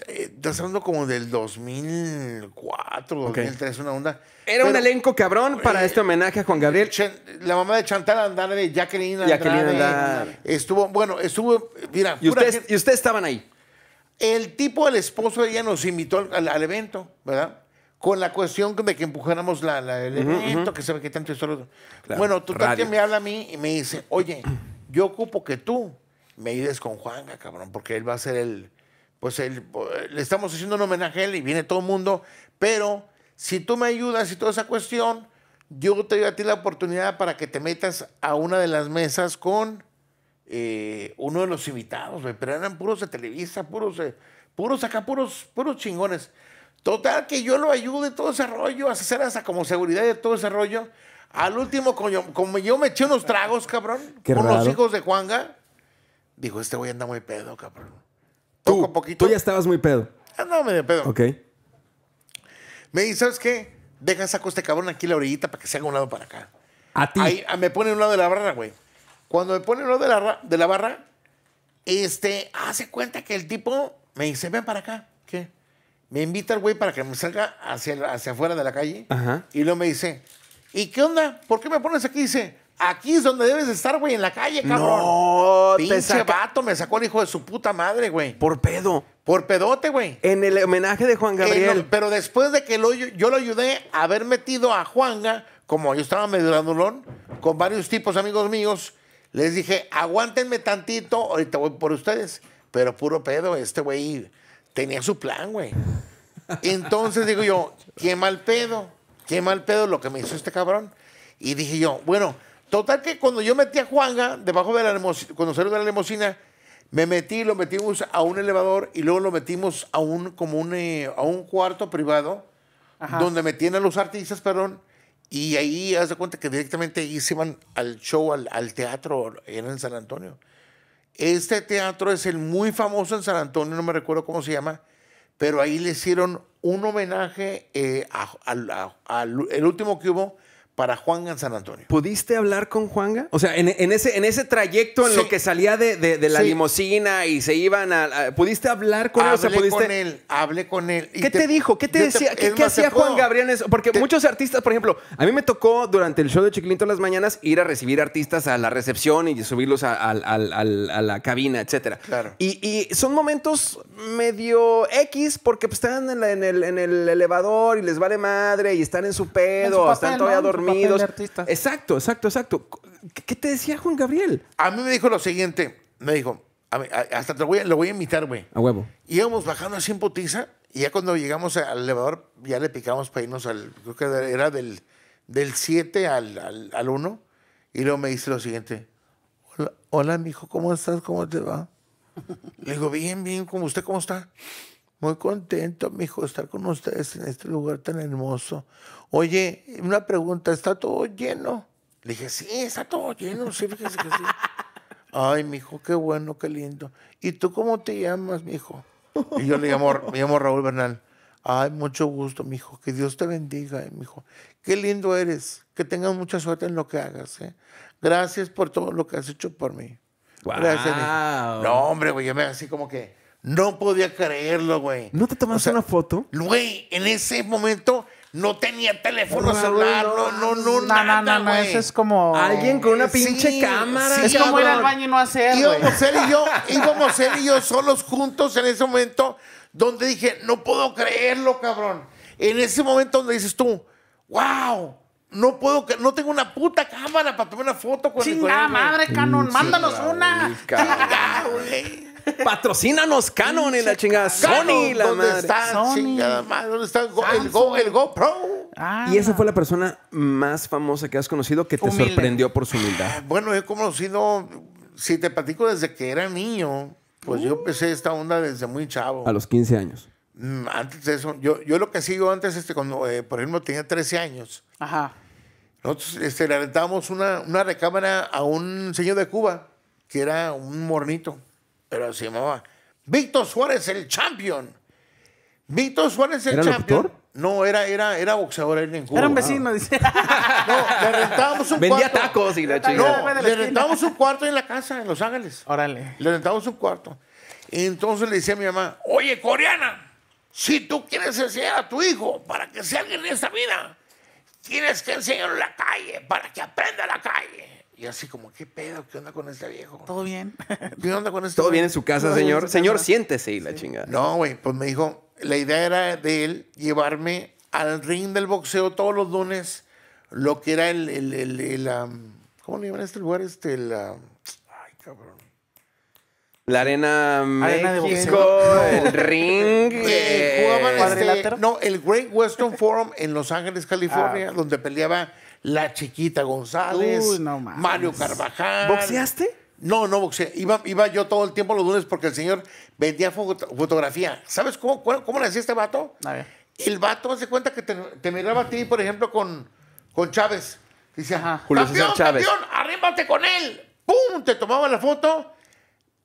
Eh, Estás hablando como del 2004, Ok. 2003, una onda. Era un Pero, elenco cabrón para Eh, este homenaje a Juan Gabriel. Chan- La mamá de Chantal Andrade, Jacqueline Andrade. Jacqueline Andrade. Estuvo, bueno, estuvo, mira, Y pura ustedes, gente- y ustedes estaban ahí. El tipo, el esposo de ella, nos invitó al, al- al evento, ¿verdad? Con la cuestión de que empujáramos la, la- el evento, que sabe que tanto historia. Claro, bueno, total radio. que me habla a mí y me dice, oye, yo ocupo que tú me ayudes con Juanga, cabrón, porque él va a ser el. Pues él, le estamos haciendo un homenaje a él y viene todo el mundo, pero si tú me ayudas y toda esa cuestión, yo te doy a ti la oportunidad para que te metas a una de las mesas con eh, uno de los invitados, güey, pero eran puros de Televisa, puros, de- puros acá, puros, puros chingones. Total, que yo lo ayude todo ese rollo, a hacer hasta como seguridad de todo ese rollo. Al último, como yo, como yo me eché unos tragos, cabrón, Qué con los raro. hijos de Juanga, digo, este güey anda muy pedo, cabrón. Poco Tú, a poquito. tú ya estabas muy pedo. Andaba medio pedo. Ok. Me dice, ¿sabes qué? Deja, saco este cabrón aquí a la orillita para que se haga un lado para acá. A ti. Ahí, ah, me pone un lado de la barra, güey. Cuando me pone un lado de la, ra- de la barra, este, hace cuenta que el tipo me dice, ven para acá. ¿Qué? Me invita el güey para que me salga hacia, el- hacia afuera de la calle. Ajá. Y luego me dice, ¿y qué onda? ¿Por qué me pones aquí? Dice, aquí es donde debes de estar, güey, en la calle, cabrón. No, te Pinche saca- vato, me sacó el hijo de su puta madre, güey. Por pedo. Por pedote, güey. En el homenaje de Juan Eh, Gabriel. no, pero después de que lo- yo lo ayudé a haber metido a Juanga, como yo estaba medio grandulón, con varios tipos amigos míos, les dije, aguántenme tantito, ahorita voy por ustedes. Pero puro pedo, este güey tenía su plan, güey. Entonces digo yo, qué mal pedo, qué mal pedo lo que me hizo este cabrón. Y dije yo, bueno, total que cuando yo metí a Juanga debajo de la limo- cuando salió de la limusina, me metí, lo metimos a un elevador y luego lo metimos a un, como un, eh, a un cuarto privado Ajá. donde metían a los artistas, perdón. Y ahí haz de cuenta que directamente ahí se iban al show, al, al teatro, era en San Antonio. Este teatro es el muy famoso en San Antonio, no me recuerdo cómo se llama, pero ahí le hicieron un homenaje eh, a- al a- al- el último que hubo para Juan en San Antonio. ¿Pudiste hablar con Juanga? O sea, en, en ese, en ese trayecto en Sí. lo que salía de, de- de la Sí. limusina y se iban a, a- ¿Pudiste hablar con él? O sea, hablé ¿pudiste- con él, hablé con él. y ¿Qué te, dijo? ¿Qué te yo decía? ¿Qué, es qué más, te hacía Juan puedo- Gabriel en eso? Porque te- muchos artistas, por ejemplo, a mí me tocó durante el show de Chiquilinto en las mañanas ir a recibir artistas a la recepción y subirlos a, al- al- al- a la cabina, etcétera. Claro. Y, y son momentos medio X porque pues, están en, la- en el, en el elevador y les vale madre y están en su pedo, En su papel, están todavía ¿no? En su papel de dormidos. artista. Exacto, exacto, exacto. ¿Qué- ¿Qué te decía Juan Gabriel? A mí me dijo lo siguiente, me dijo, a mí- a- hasta te lo voy, a- lo voy a invitar, güey. A huevo. íbamos bajando así en putiza y ya cuando llegamos al elevador ya le picamos para irnos al, creo que era del, del 7 al, al, 1 y luego me dice lo siguiente, hola, hola mijo, ¿cómo estás? ¿Cómo te va? Le digo, bien, bien, ¿cómo usted cómo está? Muy contento, mijo, de estar con ustedes en este lugar tan hermoso. Oye, una pregunta, ¿está todo lleno? Le dije, sí, está todo lleno, sí, fíjese que sí. Ay, mijo, qué bueno, qué lindo. ¿Y tú cómo te llamas, mijo? Y yo le llamo, me llamo Raúl Bernal. Ay, mucho gusto, mijo. Que Dios te bendiga, eh, mijo. Qué lindo eres. Que tengas mucha suerte en lo que hagas, ¿eh? Gracias por todo lo que has hecho por mí. Guau. Gracias, mijo. No, hombre, güey, yo me así como que no podía creerlo, güey. ¿No te tomaste O sea, una foto? Güey, en ese momento no tenía teléfono Raúl, celular, no, no, no, no, no, nada, no, no, güey. eso es como- Alguien con una Sí, pinche cámara. sí, Es como ir al cabrón. baño y no hacer, güey. Íbamos él y yo, íbamos él y yo solos juntos en ese momento donde dije, no puedo creerlo, cabrón. En ese momento donde dices tú, wow, no puedo, cre- no tengo una puta cámara para tomar una foto con el Chingada ah, madre, Canon, mándanos una. Chingada, güey. Patrocínanos Canon y la chingada. Sony, Canon, la ¿Dónde madre. está? Sony. Chingada madre, ¿dónde está el, Go- el Go- el GoPro? Ah, Y esa fue la persona más famosa que has conocido que te Humilde. sorprendió por su humildad. Bueno, he conocido, si te platico desde que era niño, pues Uh. yo empecé esta onda desde muy chavo. A los 15 años. Mm, Antes de eso, yo, yo lo que hacía yo antes, este, cuando, eh, por ejemplo, tenía 13 años, Ah, Ajá. nosotros este, le rentábamos una, una recámara a un señor de Cuba, que era un mornito, pero se llamaba Víctor Suárez, el champion. Víctor Suárez, el ¿Era champion. locutor? No, era, era, era boxeador él en Cuba. Era un vecino, dice. No, le rentábamos un Vendía cuarto. tacos y la chingada. No, le rentábamos un cuarto en la casa, en Los Ángeles. Órale. Le rentamos un cuarto. Y entonces le decía a mi mamá, oye, coreana, si tú quieres enseñar a tu hijo para que sea alguien en esta vida, tienes que enseñarlo en la calle para que aprenda la calle. Y así como, ¿qué pedo? ¿Qué onda con este viejo? Todo bien. ¿Qué onda con este Todo viejo? bien en su casa, Todo bien en señor. su Señor, casa. siéntese y la chingada. No, güey, pues me dijo, la idea era de él llevarme al ring del boxeo todos los lunes, lo que era el, el, el- el, am, ¿cómo le llaman a este lugar? Este, el, am, ay, cabrón. La arena Arena de México, boxeo. el ring. Eh, jugaban eh, este- cuadrilátero. no, el Great Western Forum en Los Ángeles, California, donde peleaba la chiquita González, Ah. Uy, no mames. Mario Carvajal. ¿Boxeaste? No, no boxeé. Iba, iba yo todo el tiempo los lunes porque el señor vendía foto- fotografía. ¿Sabes cómo, cuál- cómo le hacía este vato? A ver. El vato hace cuenta que te, te miraba a ti, por ejemplo, con, con Chávez. Dice, Ajá. Julio César Chávez. campeón, arrímate con él. ¡Pum! Te tomaba la foto.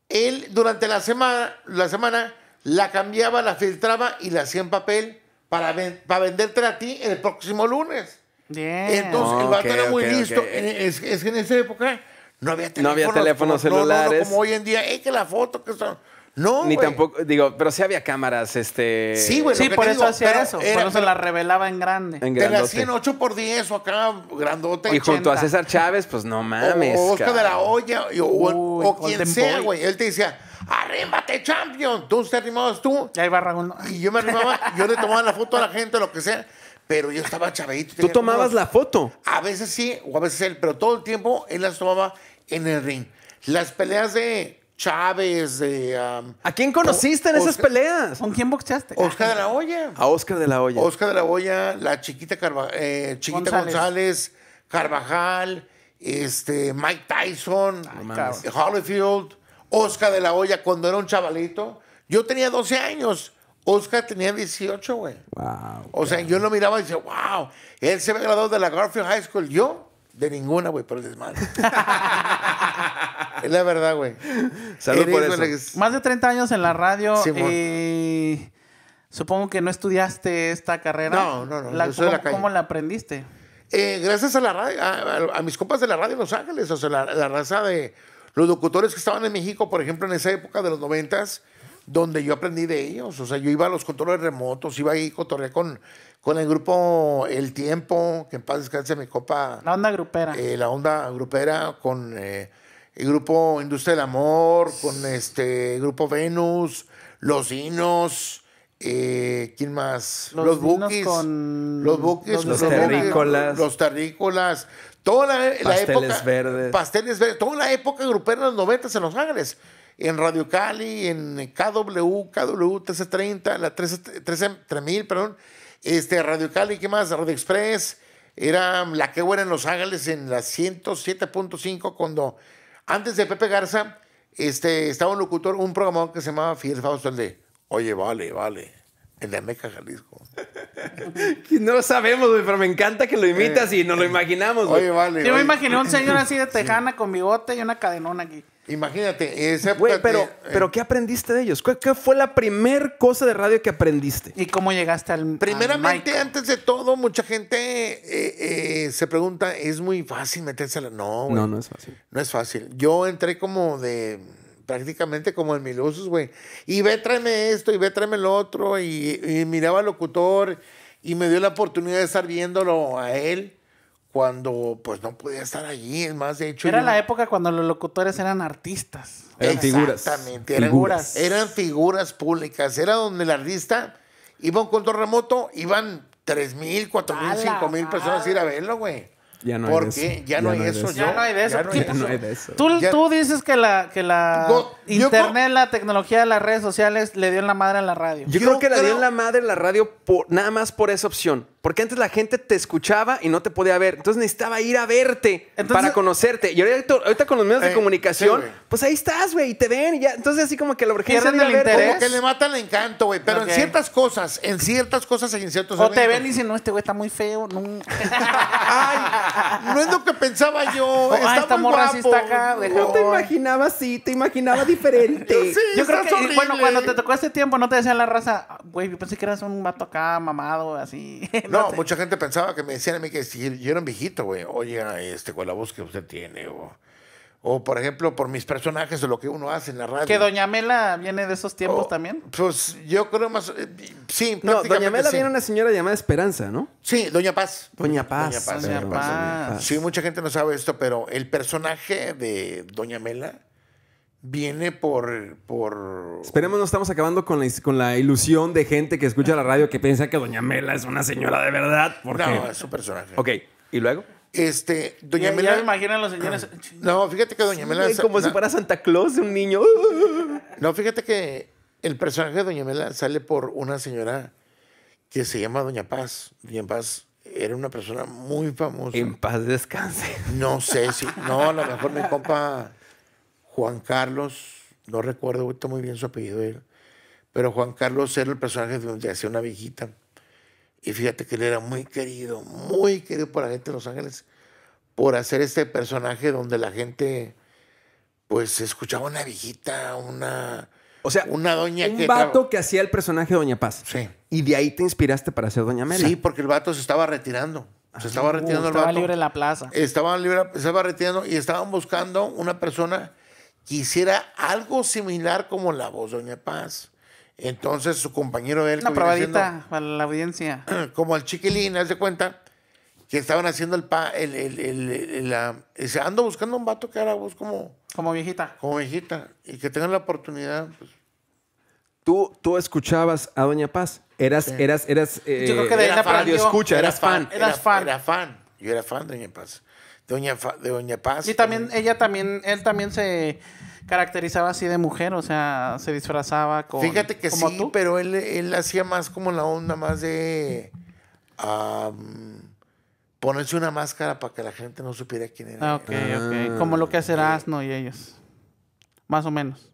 Él, durante la semana, la semana, la cambiaba, la filtraba y la hacía en papel para, ven- para vendértela a ti el próximo lunes. Bien. Entonces, el vato Ok, era muy ok, listo. ok. En- Es, es que en esa época no había No teléfonos. había teléfonos como- no, no, no, celulares. como hoy en día, ¡eh, que la foto! Que eso. No, Ni güey. tampoco, digo, pero sí había cámaras, este. Sí, güey. sí, lo que por te eso digo, hacía pero eso. era- por eso pero- la revelaba en grande. En Te la grandote. hacían 8x10 o acá, grandote. Y junto a 80. César Chávez, pues no mames. O Oscar de la cabrón. Hoya, y- o, Uy, o quien Golden sea, Boy. güey. Él te decía, arrímate, champion. Tú te arrimabas tú. Y ahí va Raúl. ¿no? Y yo me arrimaba, yo le tomaba la foto a la gente, lo que sea. Pero yo estaba chavito. Tú tenía tomabas como- la foto. A veces sí, o a veces él, pero todo el tiempo él las tomaba en el ring. Las peleas de Chávez, de. um, ¿A quién conociste en O- esas Oscar- peleas? ¿Con quién boxeaste? Oscar de la Hoya. A Oscar de la Hoya. Oscar de la Hoya, la chiquita, Carva- eh, chiquita González. González. Carvajal, este, Mike Tyson, mames. cabrón. Holyfield, Oscar de la Hoya cuando era un chavalito. Yo tenía 12 años, Oscar tenía 18, güey. Wow. O sea, yo lo miraba y decía, wow, él se había graduado de la Garfield High School. Yo, de ninguna, güey, por el desmadre. es la verdad, güey. Salud por Eres, eso. güey, Eh, es- Más de 30 años en la radio. Simón. eh, supongo que no estudiaste esta carrera. No, no, no, La- yo soy de la ¿cómo- calle. ¿Cómo la aprendiste? Eh, gracias a la radio, a, a- a mis compas de la radio en Los Ángeles, o sea, la, la raza de los locutores que estaban en México, por ejemplo, en esa época de los noventas, donde yo aprendí de ellos. O sea, yo iba a los controles remotos, iba ahí, cotorreé con, con el grupo El Tiempo, que en paz descanse mi copa, La onda grupera. eh, la onda grupera, con eh, el grupo Industria del Amor, con este el grupo Venus, Los Dinos. eh, ¿Quién más? Los Los, Dinos Bookies. con- Los Bookies. Los Los terrícolas. Los terrícolas. Toda la, la Pasteles época. verdes. Pasteles verdes. Toda la época grupera de los 90 en Los Ángeles. En Radio Cali, en KW, KW 1330, la 13 13 3000, perdón. Este, Radio Cali, ¿qué más? Radio Express. Era la que buena en Los Ángeles en la 107.5 cuando antes de Pepe Garza este, estaba un locutor, un programador que se llamaba Fidel Fausto, el de Oye, vale, vale. El de Ameca, Jalisco. Pues, No lo sabemos, güey, pero me encanta que lo imitas y nos lo imaginamos, güey. Eh, Oye, vale. Yo me oye. imaginé un señor así de tejana con bigote y una cadenona aquí. Imagínate, esa época eh, Güey, pero, te- pero ¿qué aprendiste de ellos? ¿Cuál- ¿Qué fue la primer cosa de radio que aprendiste? ¿Y cómo llegaste al al Primeramente, mic? antes de todo, mucha gente eh, eh, se pregunta, ¿es muy fácil meterse a la...? No, güey. No, no es fácil. No es fácil. Yo entré como de prácticamente como en mil usos, güey. Y ve, tráeme esto, y ve, tráeme lo otro, y, y miraba al locutor, Y me dio la oportunidad de estar viéndolo a él cuando pues no podía estar allí. Es más, de hecho... Era yo- la época cuando los locutores eran artistas. Eran figuras. Exactamente, eran Figuras. Eran figuras públicas. Era donde el artista iba a un control remoto, iban 3.000, 4.000, A la 5.000 personas a ir a verlo, güey. Ya no hay ¿Por de eso. qué? Ya, no hay eso. Ya yo- no hay de eso. ya no ¿Qué hay Ya pasó? no hay de eso. Tú, Ya- tú dices que la, que la Go- yo internet, la tecnología, las redes sociales le dio en la madre a la radio. Yo, Yo creo que la dio creo- en la madre la radio por, nada más por esa opción. Porque antes la gente te escuchaba y no te podía ver. Entonces necesitaba ir a verte Entonces- para conocerte. Y ahorita, ahorita con los medios de Eh, comunicación, sí, güey. pues ahí estás, güey, y te ven. Y ya. Entonces así como que la urgencia Pierden de ir a el verte. interés. Como que le matan el encanto, güey. Pero Ok. en ciertas cosas, en ciertas cosas, y en ciertos O te eventos. ven y dicen, no, este güey está muy feo. No. Ay, no es lo que pensaba yo. Ah, está esta muy morra sí guapo. está acá, güey. No te Ay. imaginaba así, te imaginaba diferente. Sí, Yo creo estás que, horrible. bueno, cuando te tocó este tiempo, no te decían la raza, "Ah, güey, yo pensé que eras un vato acá mamado, así. No, sé. mucha gente pensaba que me decían a mí que si yo era un viejito, güey. Oye, este, con la voz que usted tiene, o, o por ejemplo, por mis personajes o lo que uno hace en la radio. Que Doña Mela viene de esos tiempos O- también. Pues yo creo más. eh, Sí, No, prácticamente Doña Mela sí. viene una señora llamada Esperanza, ¿no? Sí, Doña Paz. Doña Paz. Doña Paz, Doña perdón, Paz. Sí, mucha gente no sabe esto, pero el personaje de Doña Mela viene por. por Esperemos no estamos acabando con la, is- con la ilusión de gente que escucha la radio que piensa que Doña Mela es una señora de verdad. Porque... no, es su personaje. Ok, ¿y luego? Este, Doña ya, Doña Mela. Mela. me imaginan los señores. no, fíjate que Doña Mela. Güey, como no, si fuera Santa Claus de un niño. No, fíjate que el personaje de Doña Mela sale por una señora que se llama Doña Paz. Doña Paz era una persona muy famosa. En paz descanse. No sé si. No, a lo mejor mi compa Juan Carlos, no recuerdo ahorita muy bien su apellido de él, pero Juan Carlos era el personaje donde hacía una viejita. Y fíjate que él era muy querido, muy querido por la gente de Los Ángeles por hacer este personaje donde la gente, pues, escuchaba una viejita, una. O sea, una doña un que. vato tra- que hacía el personaje de Doña Paz. Sí. Y de ahí te inspiraste para ser Doña Mela. Sí, porque el vato se estaba retirando. Se estaba retirando el Ah, uh, estaba vato. Eh, libre en la plaza. estaban libre, se estaba retirando y estaban buscando una persona que hiciera algo similar como la voz de Doña Paz. Entonces su compañero de él, Una que viene probadita para la audiencia. siendo, como el chiquilín, haz de cuenta, que estaban haciendo el pa, el, el, el- el- la- dice, ando buscando un vato que haga voz como, Como viejita. como viejita y que tengan la oportunidad. pues, Tú, tú escuchabas a Doña Paz. Eras, eras, eras. eh, Yo creo que de ahí eras la aprendió. radio escucha, era eras fan. Eras era- fan. Era fan. Yo era fan de Doña Paz. Doña, Fa- de Doña Paz. Y también, ella también, él también se caracterizaba así de mujer, o sea, se disfrazaba con, Fíjate que como sí, tú. pero él, él hacía más como la onda más de am, ponerse una máscara para que la gente no supiera quién era. Ah, ok, ok. Como lo que Eh. hace Erasmo y ellos. Más o menos.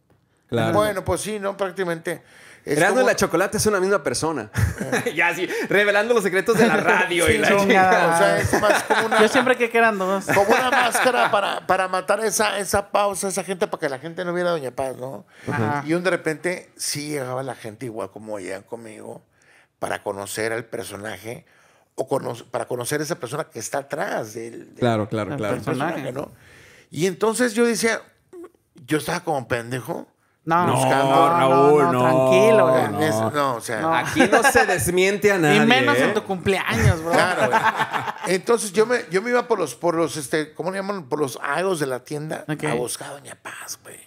Claro. Bueno, pues sí, no, prácticamente. es Erasmo y como- la chocolate es una misma persona. ya así, revelando los secretos de la radio y la chingada. chingada. O sea, es más como una, Yo siempre creí que eran dos. como una máscara para, para matar esa, esa pausa, esa gente, para que la gente no viera a Doña Paz, ¿no? Ajá. Y un de repente sí llegaba la gente igual como llegan conmigo para conocer al personaje o cono- para conocer a esa persona que está atrás del, del- Claro, claro, El claro. personaje. ¿no? Y entonces yo decía, yo estaba como pendejo. No, No, no, Raúl, no. tranquilo, Eh, güey. No. es- no, o sea, No. Aquí no se desmiente a nadie. Y menos ¿eh? en tu cumpleaños, bro. claro. güey. Entonces yo me, yo me iba por los, por los, este, ¿cómo le llaman? Por los agos de la tienda Ok. a buscar a Doña Paz, güey.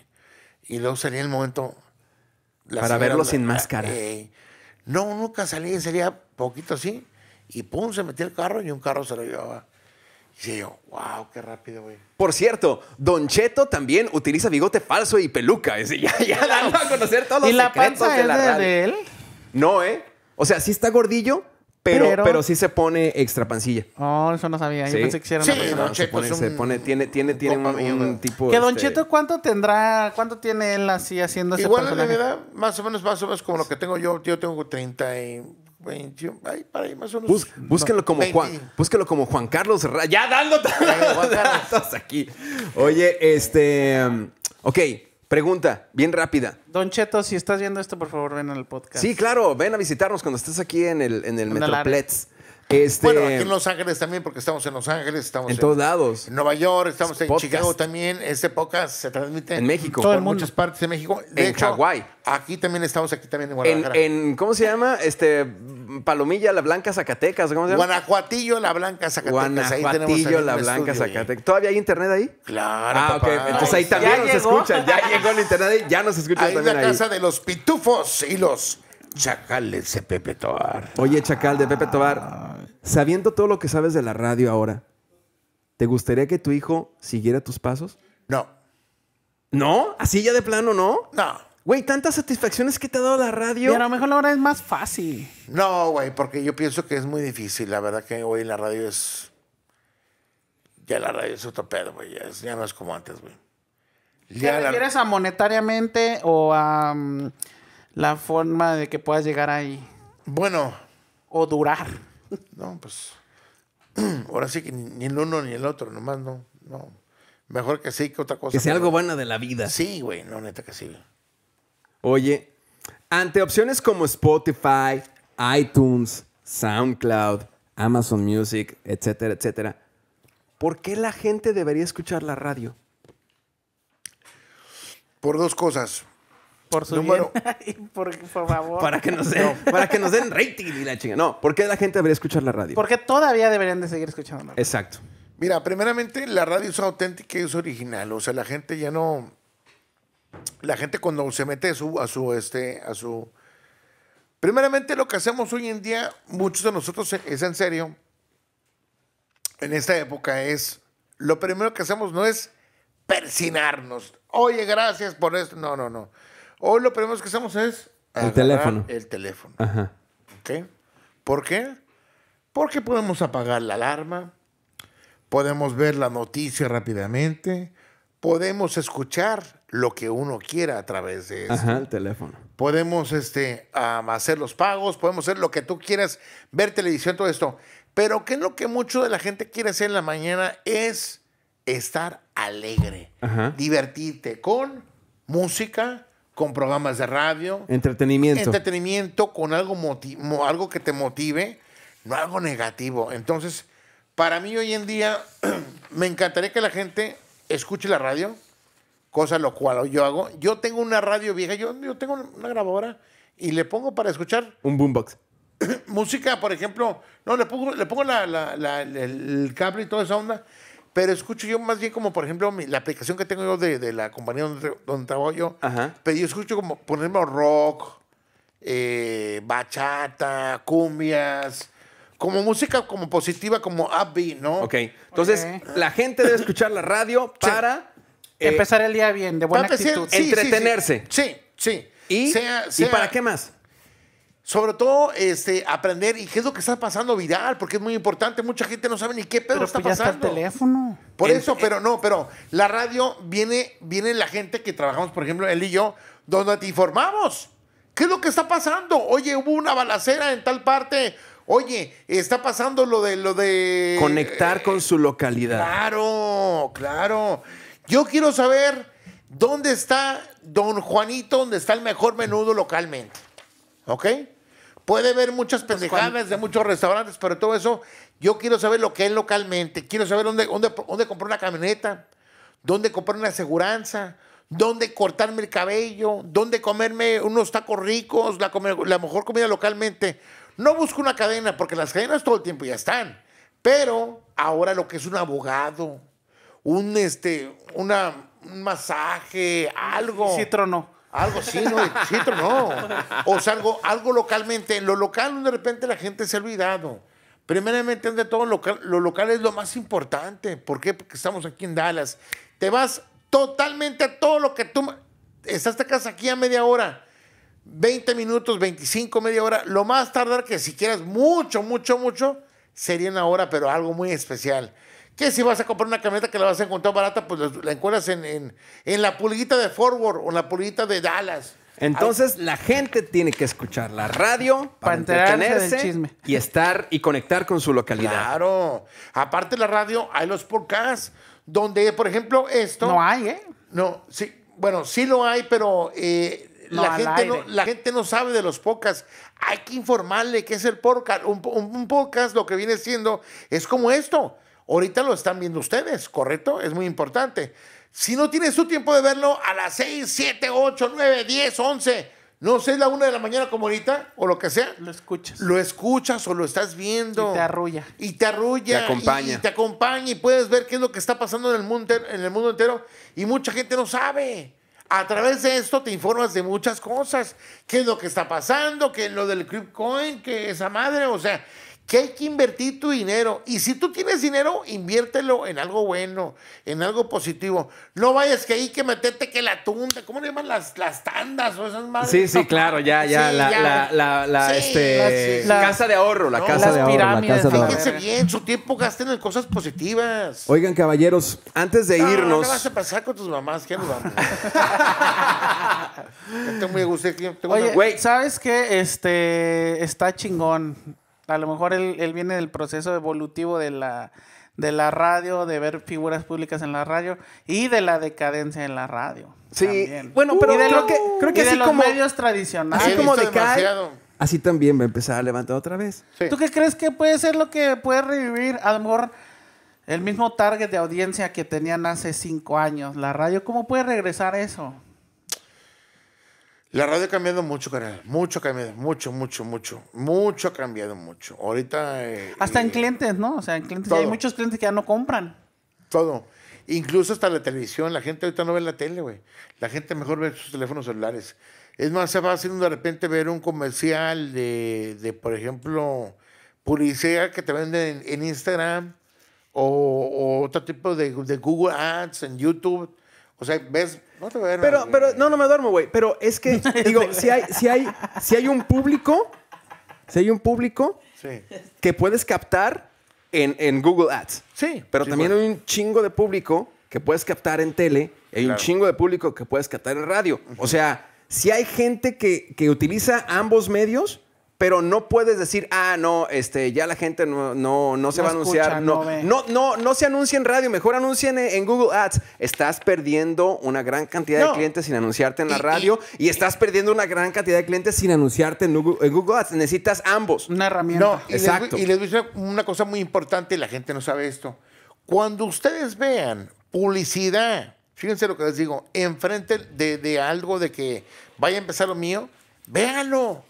Y luego salía el momento. la Para señora- verlo sin la- máscara. eh, no, nunca salía, salía poquito así. Y pum, se metía el carro y un carro se lo llevaba. Y decía yo, wow, qué rápido, güey. Por cierto, Don Cheto también utiliza bigote falso y peluca. Es decir, ya, ya dando a conocer todos los ¿Y la secretos panza de es la de, radio. de él? No, ¿eh? O sea, sí está gordillo, pero, Pero- pero... sí se pone extra pancilla. Oh, eso no sabía. Yo Sí. pensé que sí era Sí, una persona. Don No, se Cheto pone, es un- se pone- tiene, tiene, tiene un, compa mío, un ¿verdad? tipo. Que Don este, Cheto, ¿cuánto tendrá, cuánto tiene él así haciendo ese Igual a la personaje? edad, más o menos, más o menos como lo que tengo yo. Yo tengo 30 y 21, ay, para ahí más o menos. bus- búsquenlo como 20. Juan, búsquenlo como Juan Carlos Ra- Ya dando todos Eh, Juan los Carlos. datos aquí. Oye, este. um, Ok, pregunta, bien rápida. Don Cheto, si estás viendo esto, por favor, ven al podcast. Sí, claro, ven a visitarnos cuando estés aquí en el, en el En el área. Metroplex. Este, Bueno, aquí en Los Ángeles también, porque estamos en Los Ángeles, estamos en todos lados. en Nueva York, estamos en Podcast. Chicago también. Este podcast se transmite En México. Todo por el mundo. muchas partes de México. De En hecho, Hawái. Aquí también estamos, aquí también en En, Guadalajara. en- ¿cómo se llama? Este Palomilla, la Blanca Zacatecas, ¿cómo se llama? Guanajuatillo, La Blanca, Zacatecas. Ahí tenemos Guanajuatillo, el la mismo Blanca estudio, güey. Zacatecas. ¿Todavía hay internet ahí? Claro, Ah, ok. papá. Entonces ahí ¿Ya también nos llegó? escuchan. Ya llegó el internet y ya nos escuchan Ahí es también la ahí. casa de los pitufos y los chacales de Pepe Tobar. Oye, Chacal de Pepe Tobar, sabiendo todo lo que sabes de la radio ahora, ¿te gustaría que tu hijo siguiera tus pasos? No, ¿No? ¿Así ya de plano no? no, Güey, tantas satisfacciones que te ha dado la radio. Y a lo mejor ahora es más fácil. no, güey, porque yo pienso que es muy difícil. La verdad que hoy la radio es. Ya la radio es otro pedo, güey. Ya, es- ya no es como antes, güey. ¿Te Ya la- refieres a monetariamente o a mm, la forma de que puedas llegar ahí? Bueno, O durar. no, pues. Ahora sí que ni el uno ni el otro, nomás no. no. Mejor que sí que otra cosa. Que sea pero- algo bueno de la vida. Sí, güey, no, neta que sí. güey. Oye, ante opciones como Spotify, iTunes, SoundCloud, Amazon Music, etcétera, etcétera, ¿por qué la gente debería escuchar la radio? Por dos cosas. Por su Número- bien. Y por, por favor. Para que nos den, para que nos den rating y la chinga. No, ¿por qué la gente debería escuchar la radio? Porque todavía deberían de seguir escuchando. Exacto. Mira, primeramente la radio es auténtica y es original. O sea, la gente ya no. La gente cuando se mete a su, a su, este, a su. Primeramente lo que hacemos hoy en día, muchos de nosotros es en serio. En esta época es. Lo primero que hacemos no es persinarnos. Oye, gracias por esto. No, no, no. Hoy lo primero que hacemos es. El agarrar teléfono. El teléfono. Ajá. ¿Ok? ¿Por qué? Porque podemos apagar la alarma, podemos ver la noticia rápidamente, podemos escuchar lo que uno quiera a través de eso. Ajá, el teléfono. Podemos este, am, hacer los pagos, podemos hacer lo que tú quieras, ver televisión, todo esto. Pero ¿qué es lo que mucho de la gente quiere hacer en la mañana? Es estar alegre, Ajá. divertirte con música, con programas de radio, Entretenimiento. entretenimiento con algo, moti- mo- algo que te motive, no algo negativo. Entonces, para mí hoy en día, me encantaría que la gente escuche la radio, cosa lo cual yo hago. Yo tengo una radio vieja, yo, yo tengo una grabadora y le pongo para escuchar Un boombox. música, por ejemplo, no, le pongo, le pongo la- la- la- el- el cable y toda esa onda, pero escucho yo más bien como, por ejemplo, mi- la aplicación que tengo yo de, de la compañía donde, donde trabajo yo, Ajá. pero yo escucho como, por ejemplo, rock, eh, bachata, cumbias, como música como positiva, como upbeat, ¿no? Ok. Entonces, Ok. la gente debe escuchar la radio para eh, Empezar el día bien, de Para buena empezar, actitud. sí, sí, sí. Entretenerse. Sí, sí. y, Sea- ¿Y sea- para qué más? Sobre todo, este, aprender y qué es lo que está pasando viral, porque es muy importante. Mucha gente no sabe ni qué pedo Pero está pues ya está el pasando. teléfono. Por En- eso, pero no, pero la radio viene, viene la gente que trabajamos, por ejemplo, él y yo, donde te informamos. ¿Qué es lo que está pasando? Oye, hubo una balacera en tal parte. Oye, está pasando lo de lo de. Conectar con su localidad. Claro, claro. Yo quiero saber dónde está Don Juanito, dónde está el mejor menudo localmente. ¿Ok? Puede haber muchas pendejadas de muchos restaurantes, pero todo eso, yo quiero saber lo que es localmente. Quiero saber dónde, dónde, dónde comprar una camioneta, dónde comprar una aseguranza, dónde cortarme el cabello, dónde comerme unos tacos ricos, la, come- la mejor comida localmente. No busco una cadena, porque las cadenas todo el tiempo ya están. Pero ahora lo que es un abogado, un, este, una, un masaje, algo. Sí, trono. Algo sí, no, sí, otro no. O sea, algo, algo localmente. En lo local, de repente la gente se ha olvidado. Primeramente, de todo, local, lo local es lo más importante. ¿Por qué? Porque estamos aquí en Dallas. Te vas totalmente a todo lo que tú. ma- Estás te casa aquí a media hora. 20 minutos, 25, media hora. Lo más tardar que si quieras mucho, mucho, mucho, sería una hora, pero algo muy especial. Que si vas a comprar una camioneta que la vas a encontrar barata, pues la- la encuentras en, en- en la pulguita de Forward o en la pulguita de Dallas. Entonces, la gente tiene que escuchar la radio para, Para enterarse del entretenerse chisme. y estar y conectar con su localidad. Claro. Aparte de la radio, hay los podcasts, donde, por ejemplo, esto. No hay, ¿eh? No, sí, bueno, sí lo hay, pero eh, No, la, al gente no, aire. la gente no sabe de los podcasts. Hay que informarle qué es el podcast. Un, po- un- un podcast lo que viene siendo es como esto. Ahorita lo están viendo ustedes, ¿correcto? Es muy importante. Si no tienes tu tiempo de verlo a las 6, 7, 8, 9, 10, 11, No sé, es la una de la mañana como ahorita, o lo que sea. Lo escuchas. Lo escuchas o lo estás viendo. Y te arrulla. Y te arrulla. Te acompaña. Y te acompaña y puedes ver qué es lo que está pasando en el mundo, enter- en el mundo entero. Y mucha gente no sabe. A través de esto te informas de muchas cosas. ¿Qué es lo que está pasando? ¿Qué es lo del Coin? ¿Qué esa madre? O sea, que hay que invertir tu dinero. Y si tú tienes dinero, inviértelo en algo bueno, en algo positivo. No vayas que hay que meterte que la tunda. ¿Cómo le llaman las, las tandas o esas madres? Sí, sí, claro, ya, ya, Sí, la, ya. la, la, la, Sí, este, la- sí. casa de ahorro, la No, casa las de ahorro, la pirámides, casa de ahorro. fíjense. Fíjense bien, su tiempo gasten en cosas positivas. Oigan, caballeros, antes de No, irnos, No, vas a pasar con tus mamás, que nos vamos. Yo tengo muy gusto. yo Tengo Oye, una- Güey. ¿sabes qué? Este está chingón. A lo mejor él, él viene del proceso evolutivo de la, de la radio, de ver figuras públicas en la radio y de la decadencia en la radio. Sí, también. bueno, pero Y de creo lo- que- creo que y de así los como- medios tradicionales. así He como visto decae, demasiado. así también va a empezar a levantar otra vez. Sí. ¿Tú qué crees que puede ser lo que puede revivir? A lo mejor el mismo target de audiencia que tenían hace cinco años, la radio. ¿Cómo puede regresar eso? La radio ha cambiado mucho, canal. Mucho ha cambiado. Mucho, mucho, mucho. Mucho ha cambiado mucho. Ahorita. eh, Hasta en eh, clientes, ¿no? O sea, en clientes ya hay todo. muchos clientes que ya no compran. Todo. Incluso hasta la televisión. La gente ahorita no ve la tele, güey. La gente mejor ve sus teléfonos celulares. Es más, se va haciendo de repente ver un comercial de, de, por ejemplo, publicidad que te venden en, en Instagram o, o otro tipo de, de Google Ads en YouTube. O sea, ves, no te voy a ver, Pero, güey. pero, no, no me duermo, güey. Pero es que, digo, si hay, si hay, si hay un público, si hay un público Sí. que puedes captar en, en Google Ads. Sí. Pero Sí, también güey. hay un chingo de público que puedes captar en tele, hay un Claro. chingo de público que puedes captar en radio. O sea, si hay gente que, que utiliza ambos medios, pero no puedes decir, ah, no, este, ya la gente no, no, no se No va a anunciar. escucha, no, no ve". no, no, no se anuncia en radio, mejor anuncien en, en Google Ads. Estás perdiendo una gran cantidad de No. clientes sin anunciarte en la Y- y- radio y, estás perdiendo una gran cantidad de clientes sin anunciarte en Google, en Google Ads. Necesitas ambos. Una herramienta. No, eh, y les, voy- Exacto. y les voy a decir una cosa muy importante, y la gente no sabe esto. Cuando ustedes vean publicidad, fíjense lo que les digo, enfrente de, de algo de que vaya a empezar lo mío, véanlo,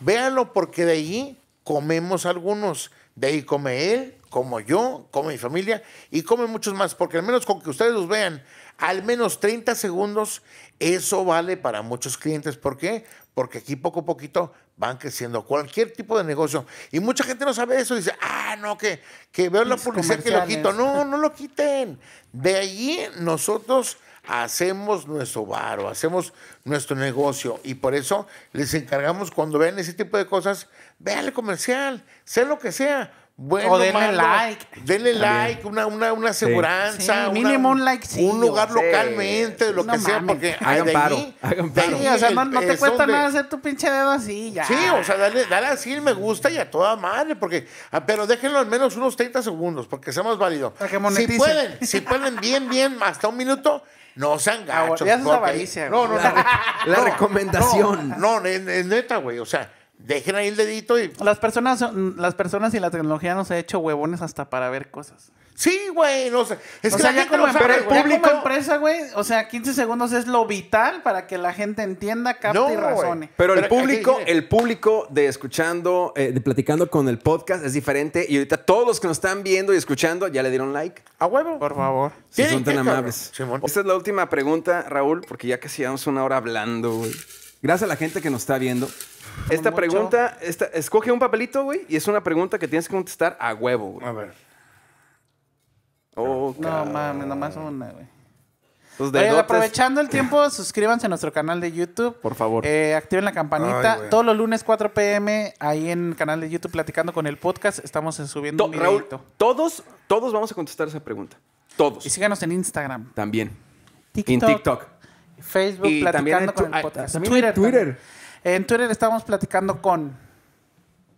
véanlo, porque de ahí comemos algunos. De ahí come él, como yo, como mi familia y come muchos más, porque al menos con que ustedes los vean al menos 30 segundos, eso vale para muchos clientes. ¿Por qué? Porque aquí poco a poquito van creciendo cualquier tipo de negocio. Y mucha gente no sabe eso. Dice, ah, no, que, que veo la Los publicidad que lo quito. comerciales. No, no lo quiten. De allí nosotros hacemos nuestro varo, hacemos nuestro negocio. Y por eso les encargamos cuando vean ese tipo de cosas, vean el comercial, sea lo que sea. Bueno, O denle malo, like. Denle like, una, una, una aseguranza. Sí, una- mínimo un likecillo. Un lugar Sí. localmente, lo No que sea, mames. porque Hagan de paro, allí- hagan de paro. ahí, Sí, o sea, no, el- no te es cuesta donde- nada hacer tu pinche dedo así, ya. eh, Sí, o sea, dale, dale así el me gusta y a toda madre, porque, ah, pero déjenlo al menos unos 30 segundos, porque sea más válido. Para que si moneticen. pueden, si pueden bien, bien, hasta un minuto, no sean Ah, bueno, gachos. ya eso es porque- avaricia, No, no, güey. no. La No, recomendación. No, no, es, es neta, güey, o sea, dejen ahí el dedito y... Las personas, son- las personas y la tecnología nos ha hecho huevones hasta para ver cosas. Sí, güey, no sé. Es o que sea, la ya gente como, no empresa, sabe, ya güey. como empresa, güey, o sea, 15 segundos es lo vital para que la gente entienda, capte No, y razone. güey. Pero el Pero aquí- público, aquí- el público de escuchando, eh, de platicando con el podcast es diferente. Y ahorita todos los que nos están viendo y escuchando ya le dieron like. A huevo. Por favor. Si Tienen son tan que, cabrón. amables. Simón. Esta es la última pregunta, Raúl, porque ya casi llevamos una hora hablando, güey. Gracias a la gente que nos está viendo. Esta mucho. pregunta, esta, escoge un papelito, güey, y es una pregunta que tienes que contestar a huevo, güey. A ver. Oh, Ah, No mames, nomás una, güey. Los Oigan, dedotes. aprovechando el tiempo, suscríbanse a nuestro canal de YouTube. Por favor. Eh, activen la Ay, campanita. güey. Todos los lunes 4 pm, ahí en el canal de YouTube, platicando con el podcast, estamos eh, subiendo To- un Raúl, videito. todos, todos vamos a contestar esa pregunta. Y Todos. síganos en Instagram, También. TikTok, En TikTok. Facebook, Y también en platicando tu- con ah, el podcast. también en Twitter. Twitter. también. En Twitter estamos platicando con.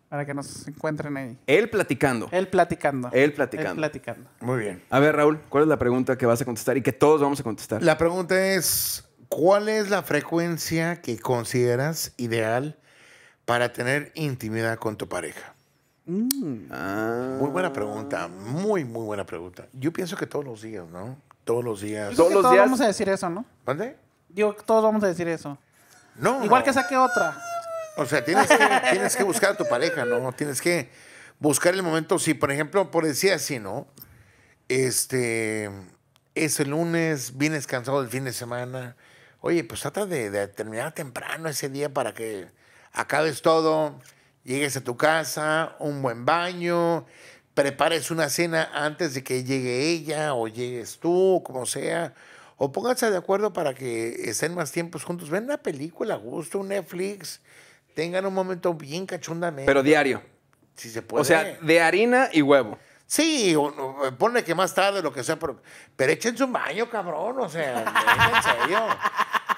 Para que nos encuentren ahí. Él platicando. Él platicando. Él platicando. Él platicando. Muy bien. A ver, Raúl, ¿cuál es la pregunta que vas a contestar y que todos vamos a contestar? La pregunta es, ¿cuál es la frecuencia que consideras ideal para tener intimidad con tu pareja? Mm. Ah. Muy buena pregunta, muy, muy buena pregunta. Yo pienso que todos los días, ¿no? Todos los días. Creo que los todos días- vamos a decir eso, ¿no? ¿Dónde? Digo, que todos vamos a decir eso. Ah. No, Igual no. que saque otra. O sea, tienes que, tienes que buscar a tu pareja, ¿no? Tienes que buscar el momento. Si, por ejemplo, por decir así, ¿no? Este, es el lunes, vienes cansado del fin de semana. Oye, pues trata de, de terminar temprano ese día para que acabes todo, llegues a tu casa, un buen baño, prepares una cena antes de que llegue ella o llegues tú, como sea. O pónganse de acuerdo para que estén más tiempos juntos. Ven una película a gusto, un Netflix. Tengan un momento bien cachondamente. Pero diario. si se puede. O sea, de harina y huevo. Sí, o- o- eh, ponle que más tarde, lo que sea, pero, pero échense un baño, cabrón, o sea, venga, en serio.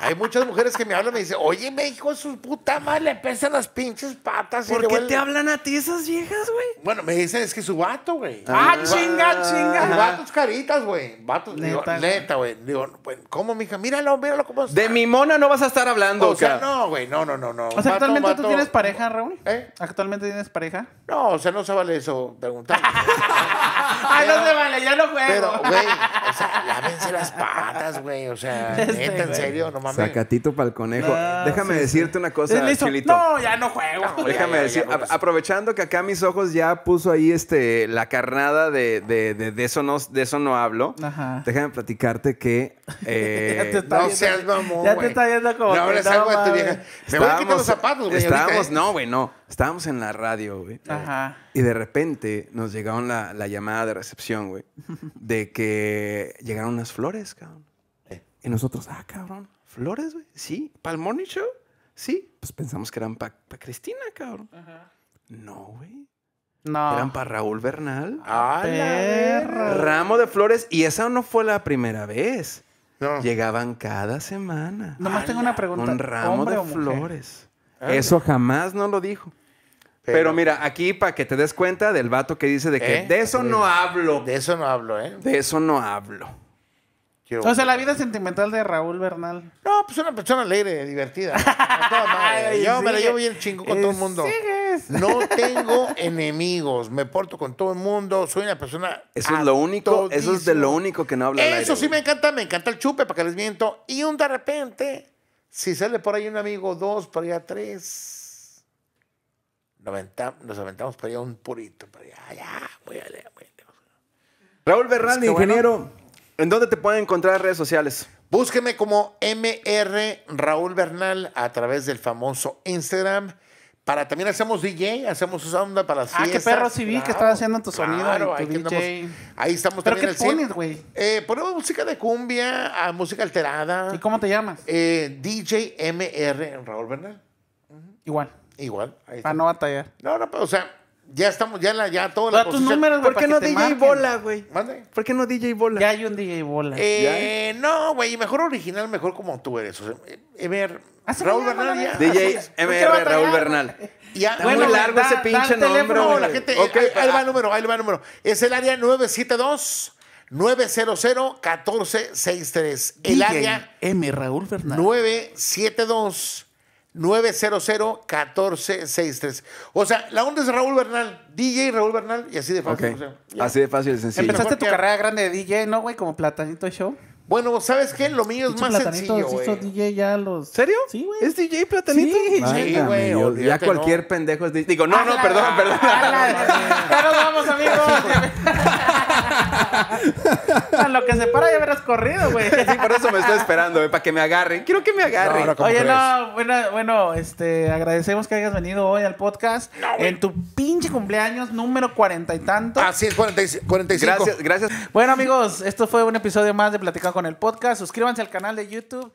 Hay muchas mujeres que me hablan y me dicen, oye, me dijo su puta madre, le pesan las pinches patas. y le huele". hablan a ti esas viejas, güey? Bueno, me dicen, es que su vato, güey. ¡Ah, chinga, Y chinga! vatos caritas, güey. Vatos, digo, Neta, güey. neta, güey. Digo, bueno, ¿cómo, mija? Míralo, míralo cómo está. De mi mona no vas a estar hablando, O sea, cabrón. no, güey, no, no, no, no. O sea, Vato, ¿actualmente tú vato- tienes pareja, Raúl? ¿Eh? ¿Actualmente tienes pareja? No, o sea, no se vale eso preguntar. ¡Ay, Ah, no se vale! ¡Ya no juego! Pero, güey, o sea, lávense las patas, güey. O sea, Este, neta, en güey. serio, no mames. Sacatito para el conejo. No, Déjame Ah, sí, decirte una cosa, Listo. Chilito. No, ya no juego. ya, Déjame ya, decir, ya, a- pues. aprovechando que acá mis ojos ya puso ahí este la carnada de, de, de, de eso, no, de eso no hablo. Ajá. Déjame platicarte que eh, Ya te- No Está seas viendo- mamón, ya te güey. está viendo como No que hables no algo de tu mames. vieja. Me voy a quitar los zapatos, güey. ahorita, Estábamos, ¿eh? no, güey, no. Estábamos en la radio, güey. Ajá. Y de repente nos llegaron la, la llamada de recepción, güey, de que llegaron unas flores, cabrón. Y nosotros, ah, cabrón, flores, güey. Sí, para el morning show. Sí, pues pensamos que eran para Cristina, cabrón. No, güey. No. Eran para Raúl Bernal. Ah, la Perro. Ramo de flores. Y esa no fue la primera vez. No. Llegaban cada semana. Nomás tengo una pregunta. Un ramo ¿Hombre de o mujer? flores. Eso jamás no lo dijo. Pero, Pero- mira, aquí para que te des cuenta del vato que dice de que ¿Eh? de eso no hablo. De eso no hablo, ¿eh? De eso no hablo. Yo- O sea, la vida sentimental de Raúl Bernal. No, pues una persona alegre, divertida. A toda madre. Ay, Yo me Eh, la sigue. llevo bien chingo con Eh, todo el mundo. sigues. No tengo enemigos. Me porto con todo el mundo. Soy una persona. Eso es lo único, eso es de lo único único que no habla. al aire, Eso sí güey. me encanta, me encanta el chupe, para que les miento. Y un de repente, si sale por ahí un amigo, dos, por allá tres. Nos aventa- nos aventamos por allá un purito, por allá, ya, voy a leer, voy a leer. Raúl Bernal, Es que bueno. ingeniero, ¿en dónde te pueden encontrar en redes sociales? Búsqueme como MR Raúl Bernal a través del famoso Instagram. Para también hacemos DJ, hacemos esa onda para las Ah, qué fiestas. perro, sí vi que estaba haciendo tu sonido y tu ahí que DJ. andamos. ahí estamos ¿Pero qué también al cien. pones, güey? Eh, ponemos música de cumbia, a música alterada. ¿Y cómo te llamas? Eh, DJ MR Raúl Bernal. Igual. Igual. ahí Ah, está. Para no batallar. No, no, pero, o sea, ya estamos, ya, la, ya toda la Da tus posición- números, güey, ¿Por para qué que no te DJ marquen. Bola, güey? Mande. ¿Por qué no DJ Bola? Ya hay un DJ bola. Eh, no, güey, mejor original, mejor como tú eres. O sea, eh, MR, Ah, Hace Raúl mañana, Bernal ya. mañana. DJ Así es. ¿Por qué MR batallar, Raúl güey? Bernal. Ya, Está bueno, muy largo da- ese da pinche el nombre. teléfono, güey. la gente, Ok, ahí, ahí va ah, el número, ahí va el número. Es el área 972 900 1463. El área M. Eh, Raúl Bernal. 972 900 1463. O sea, la onda es Raúl Bernal, DJ Raúl Bernal y así de fácil. ok. o sea, ya. Así de fácil y sencillo. Empezaste Mejor tu que- carrera grande de DJ, ¿no, güey? Como Platanito Show. Bueno, ¿sabes qué? Lo mío es Pinche más Platanito sencillo, se güey. hizo DJ ya a los... ¿Serio? Sí, güey. ¿Es DJ Platanito? Sí, Válgame sí, güey, Dios. Ya olvídate, cualquier no. pendejo es DJ. Digo, no, no, ¡Hala! perdón, perdón. Ah, ¡Hala! Ya nos vamos, amigos. A lo que se para ya habrás corrido, güey. Sí, por eso me estoy esperando, güey, para que me agarren. Quiero que me agarren. No, no, ¿Cómo Oye, crees? no, bueno, bueno, este, agradecemos que hayas venido hoy al podcast. en tu pinche cumpleaños número cuarenta y tanto. Así es, 45. gracias, gracias. Bueno, amigos, esto fue un episodio más de Platicar con el Podcast. Suscríbanse al canal de YouTube.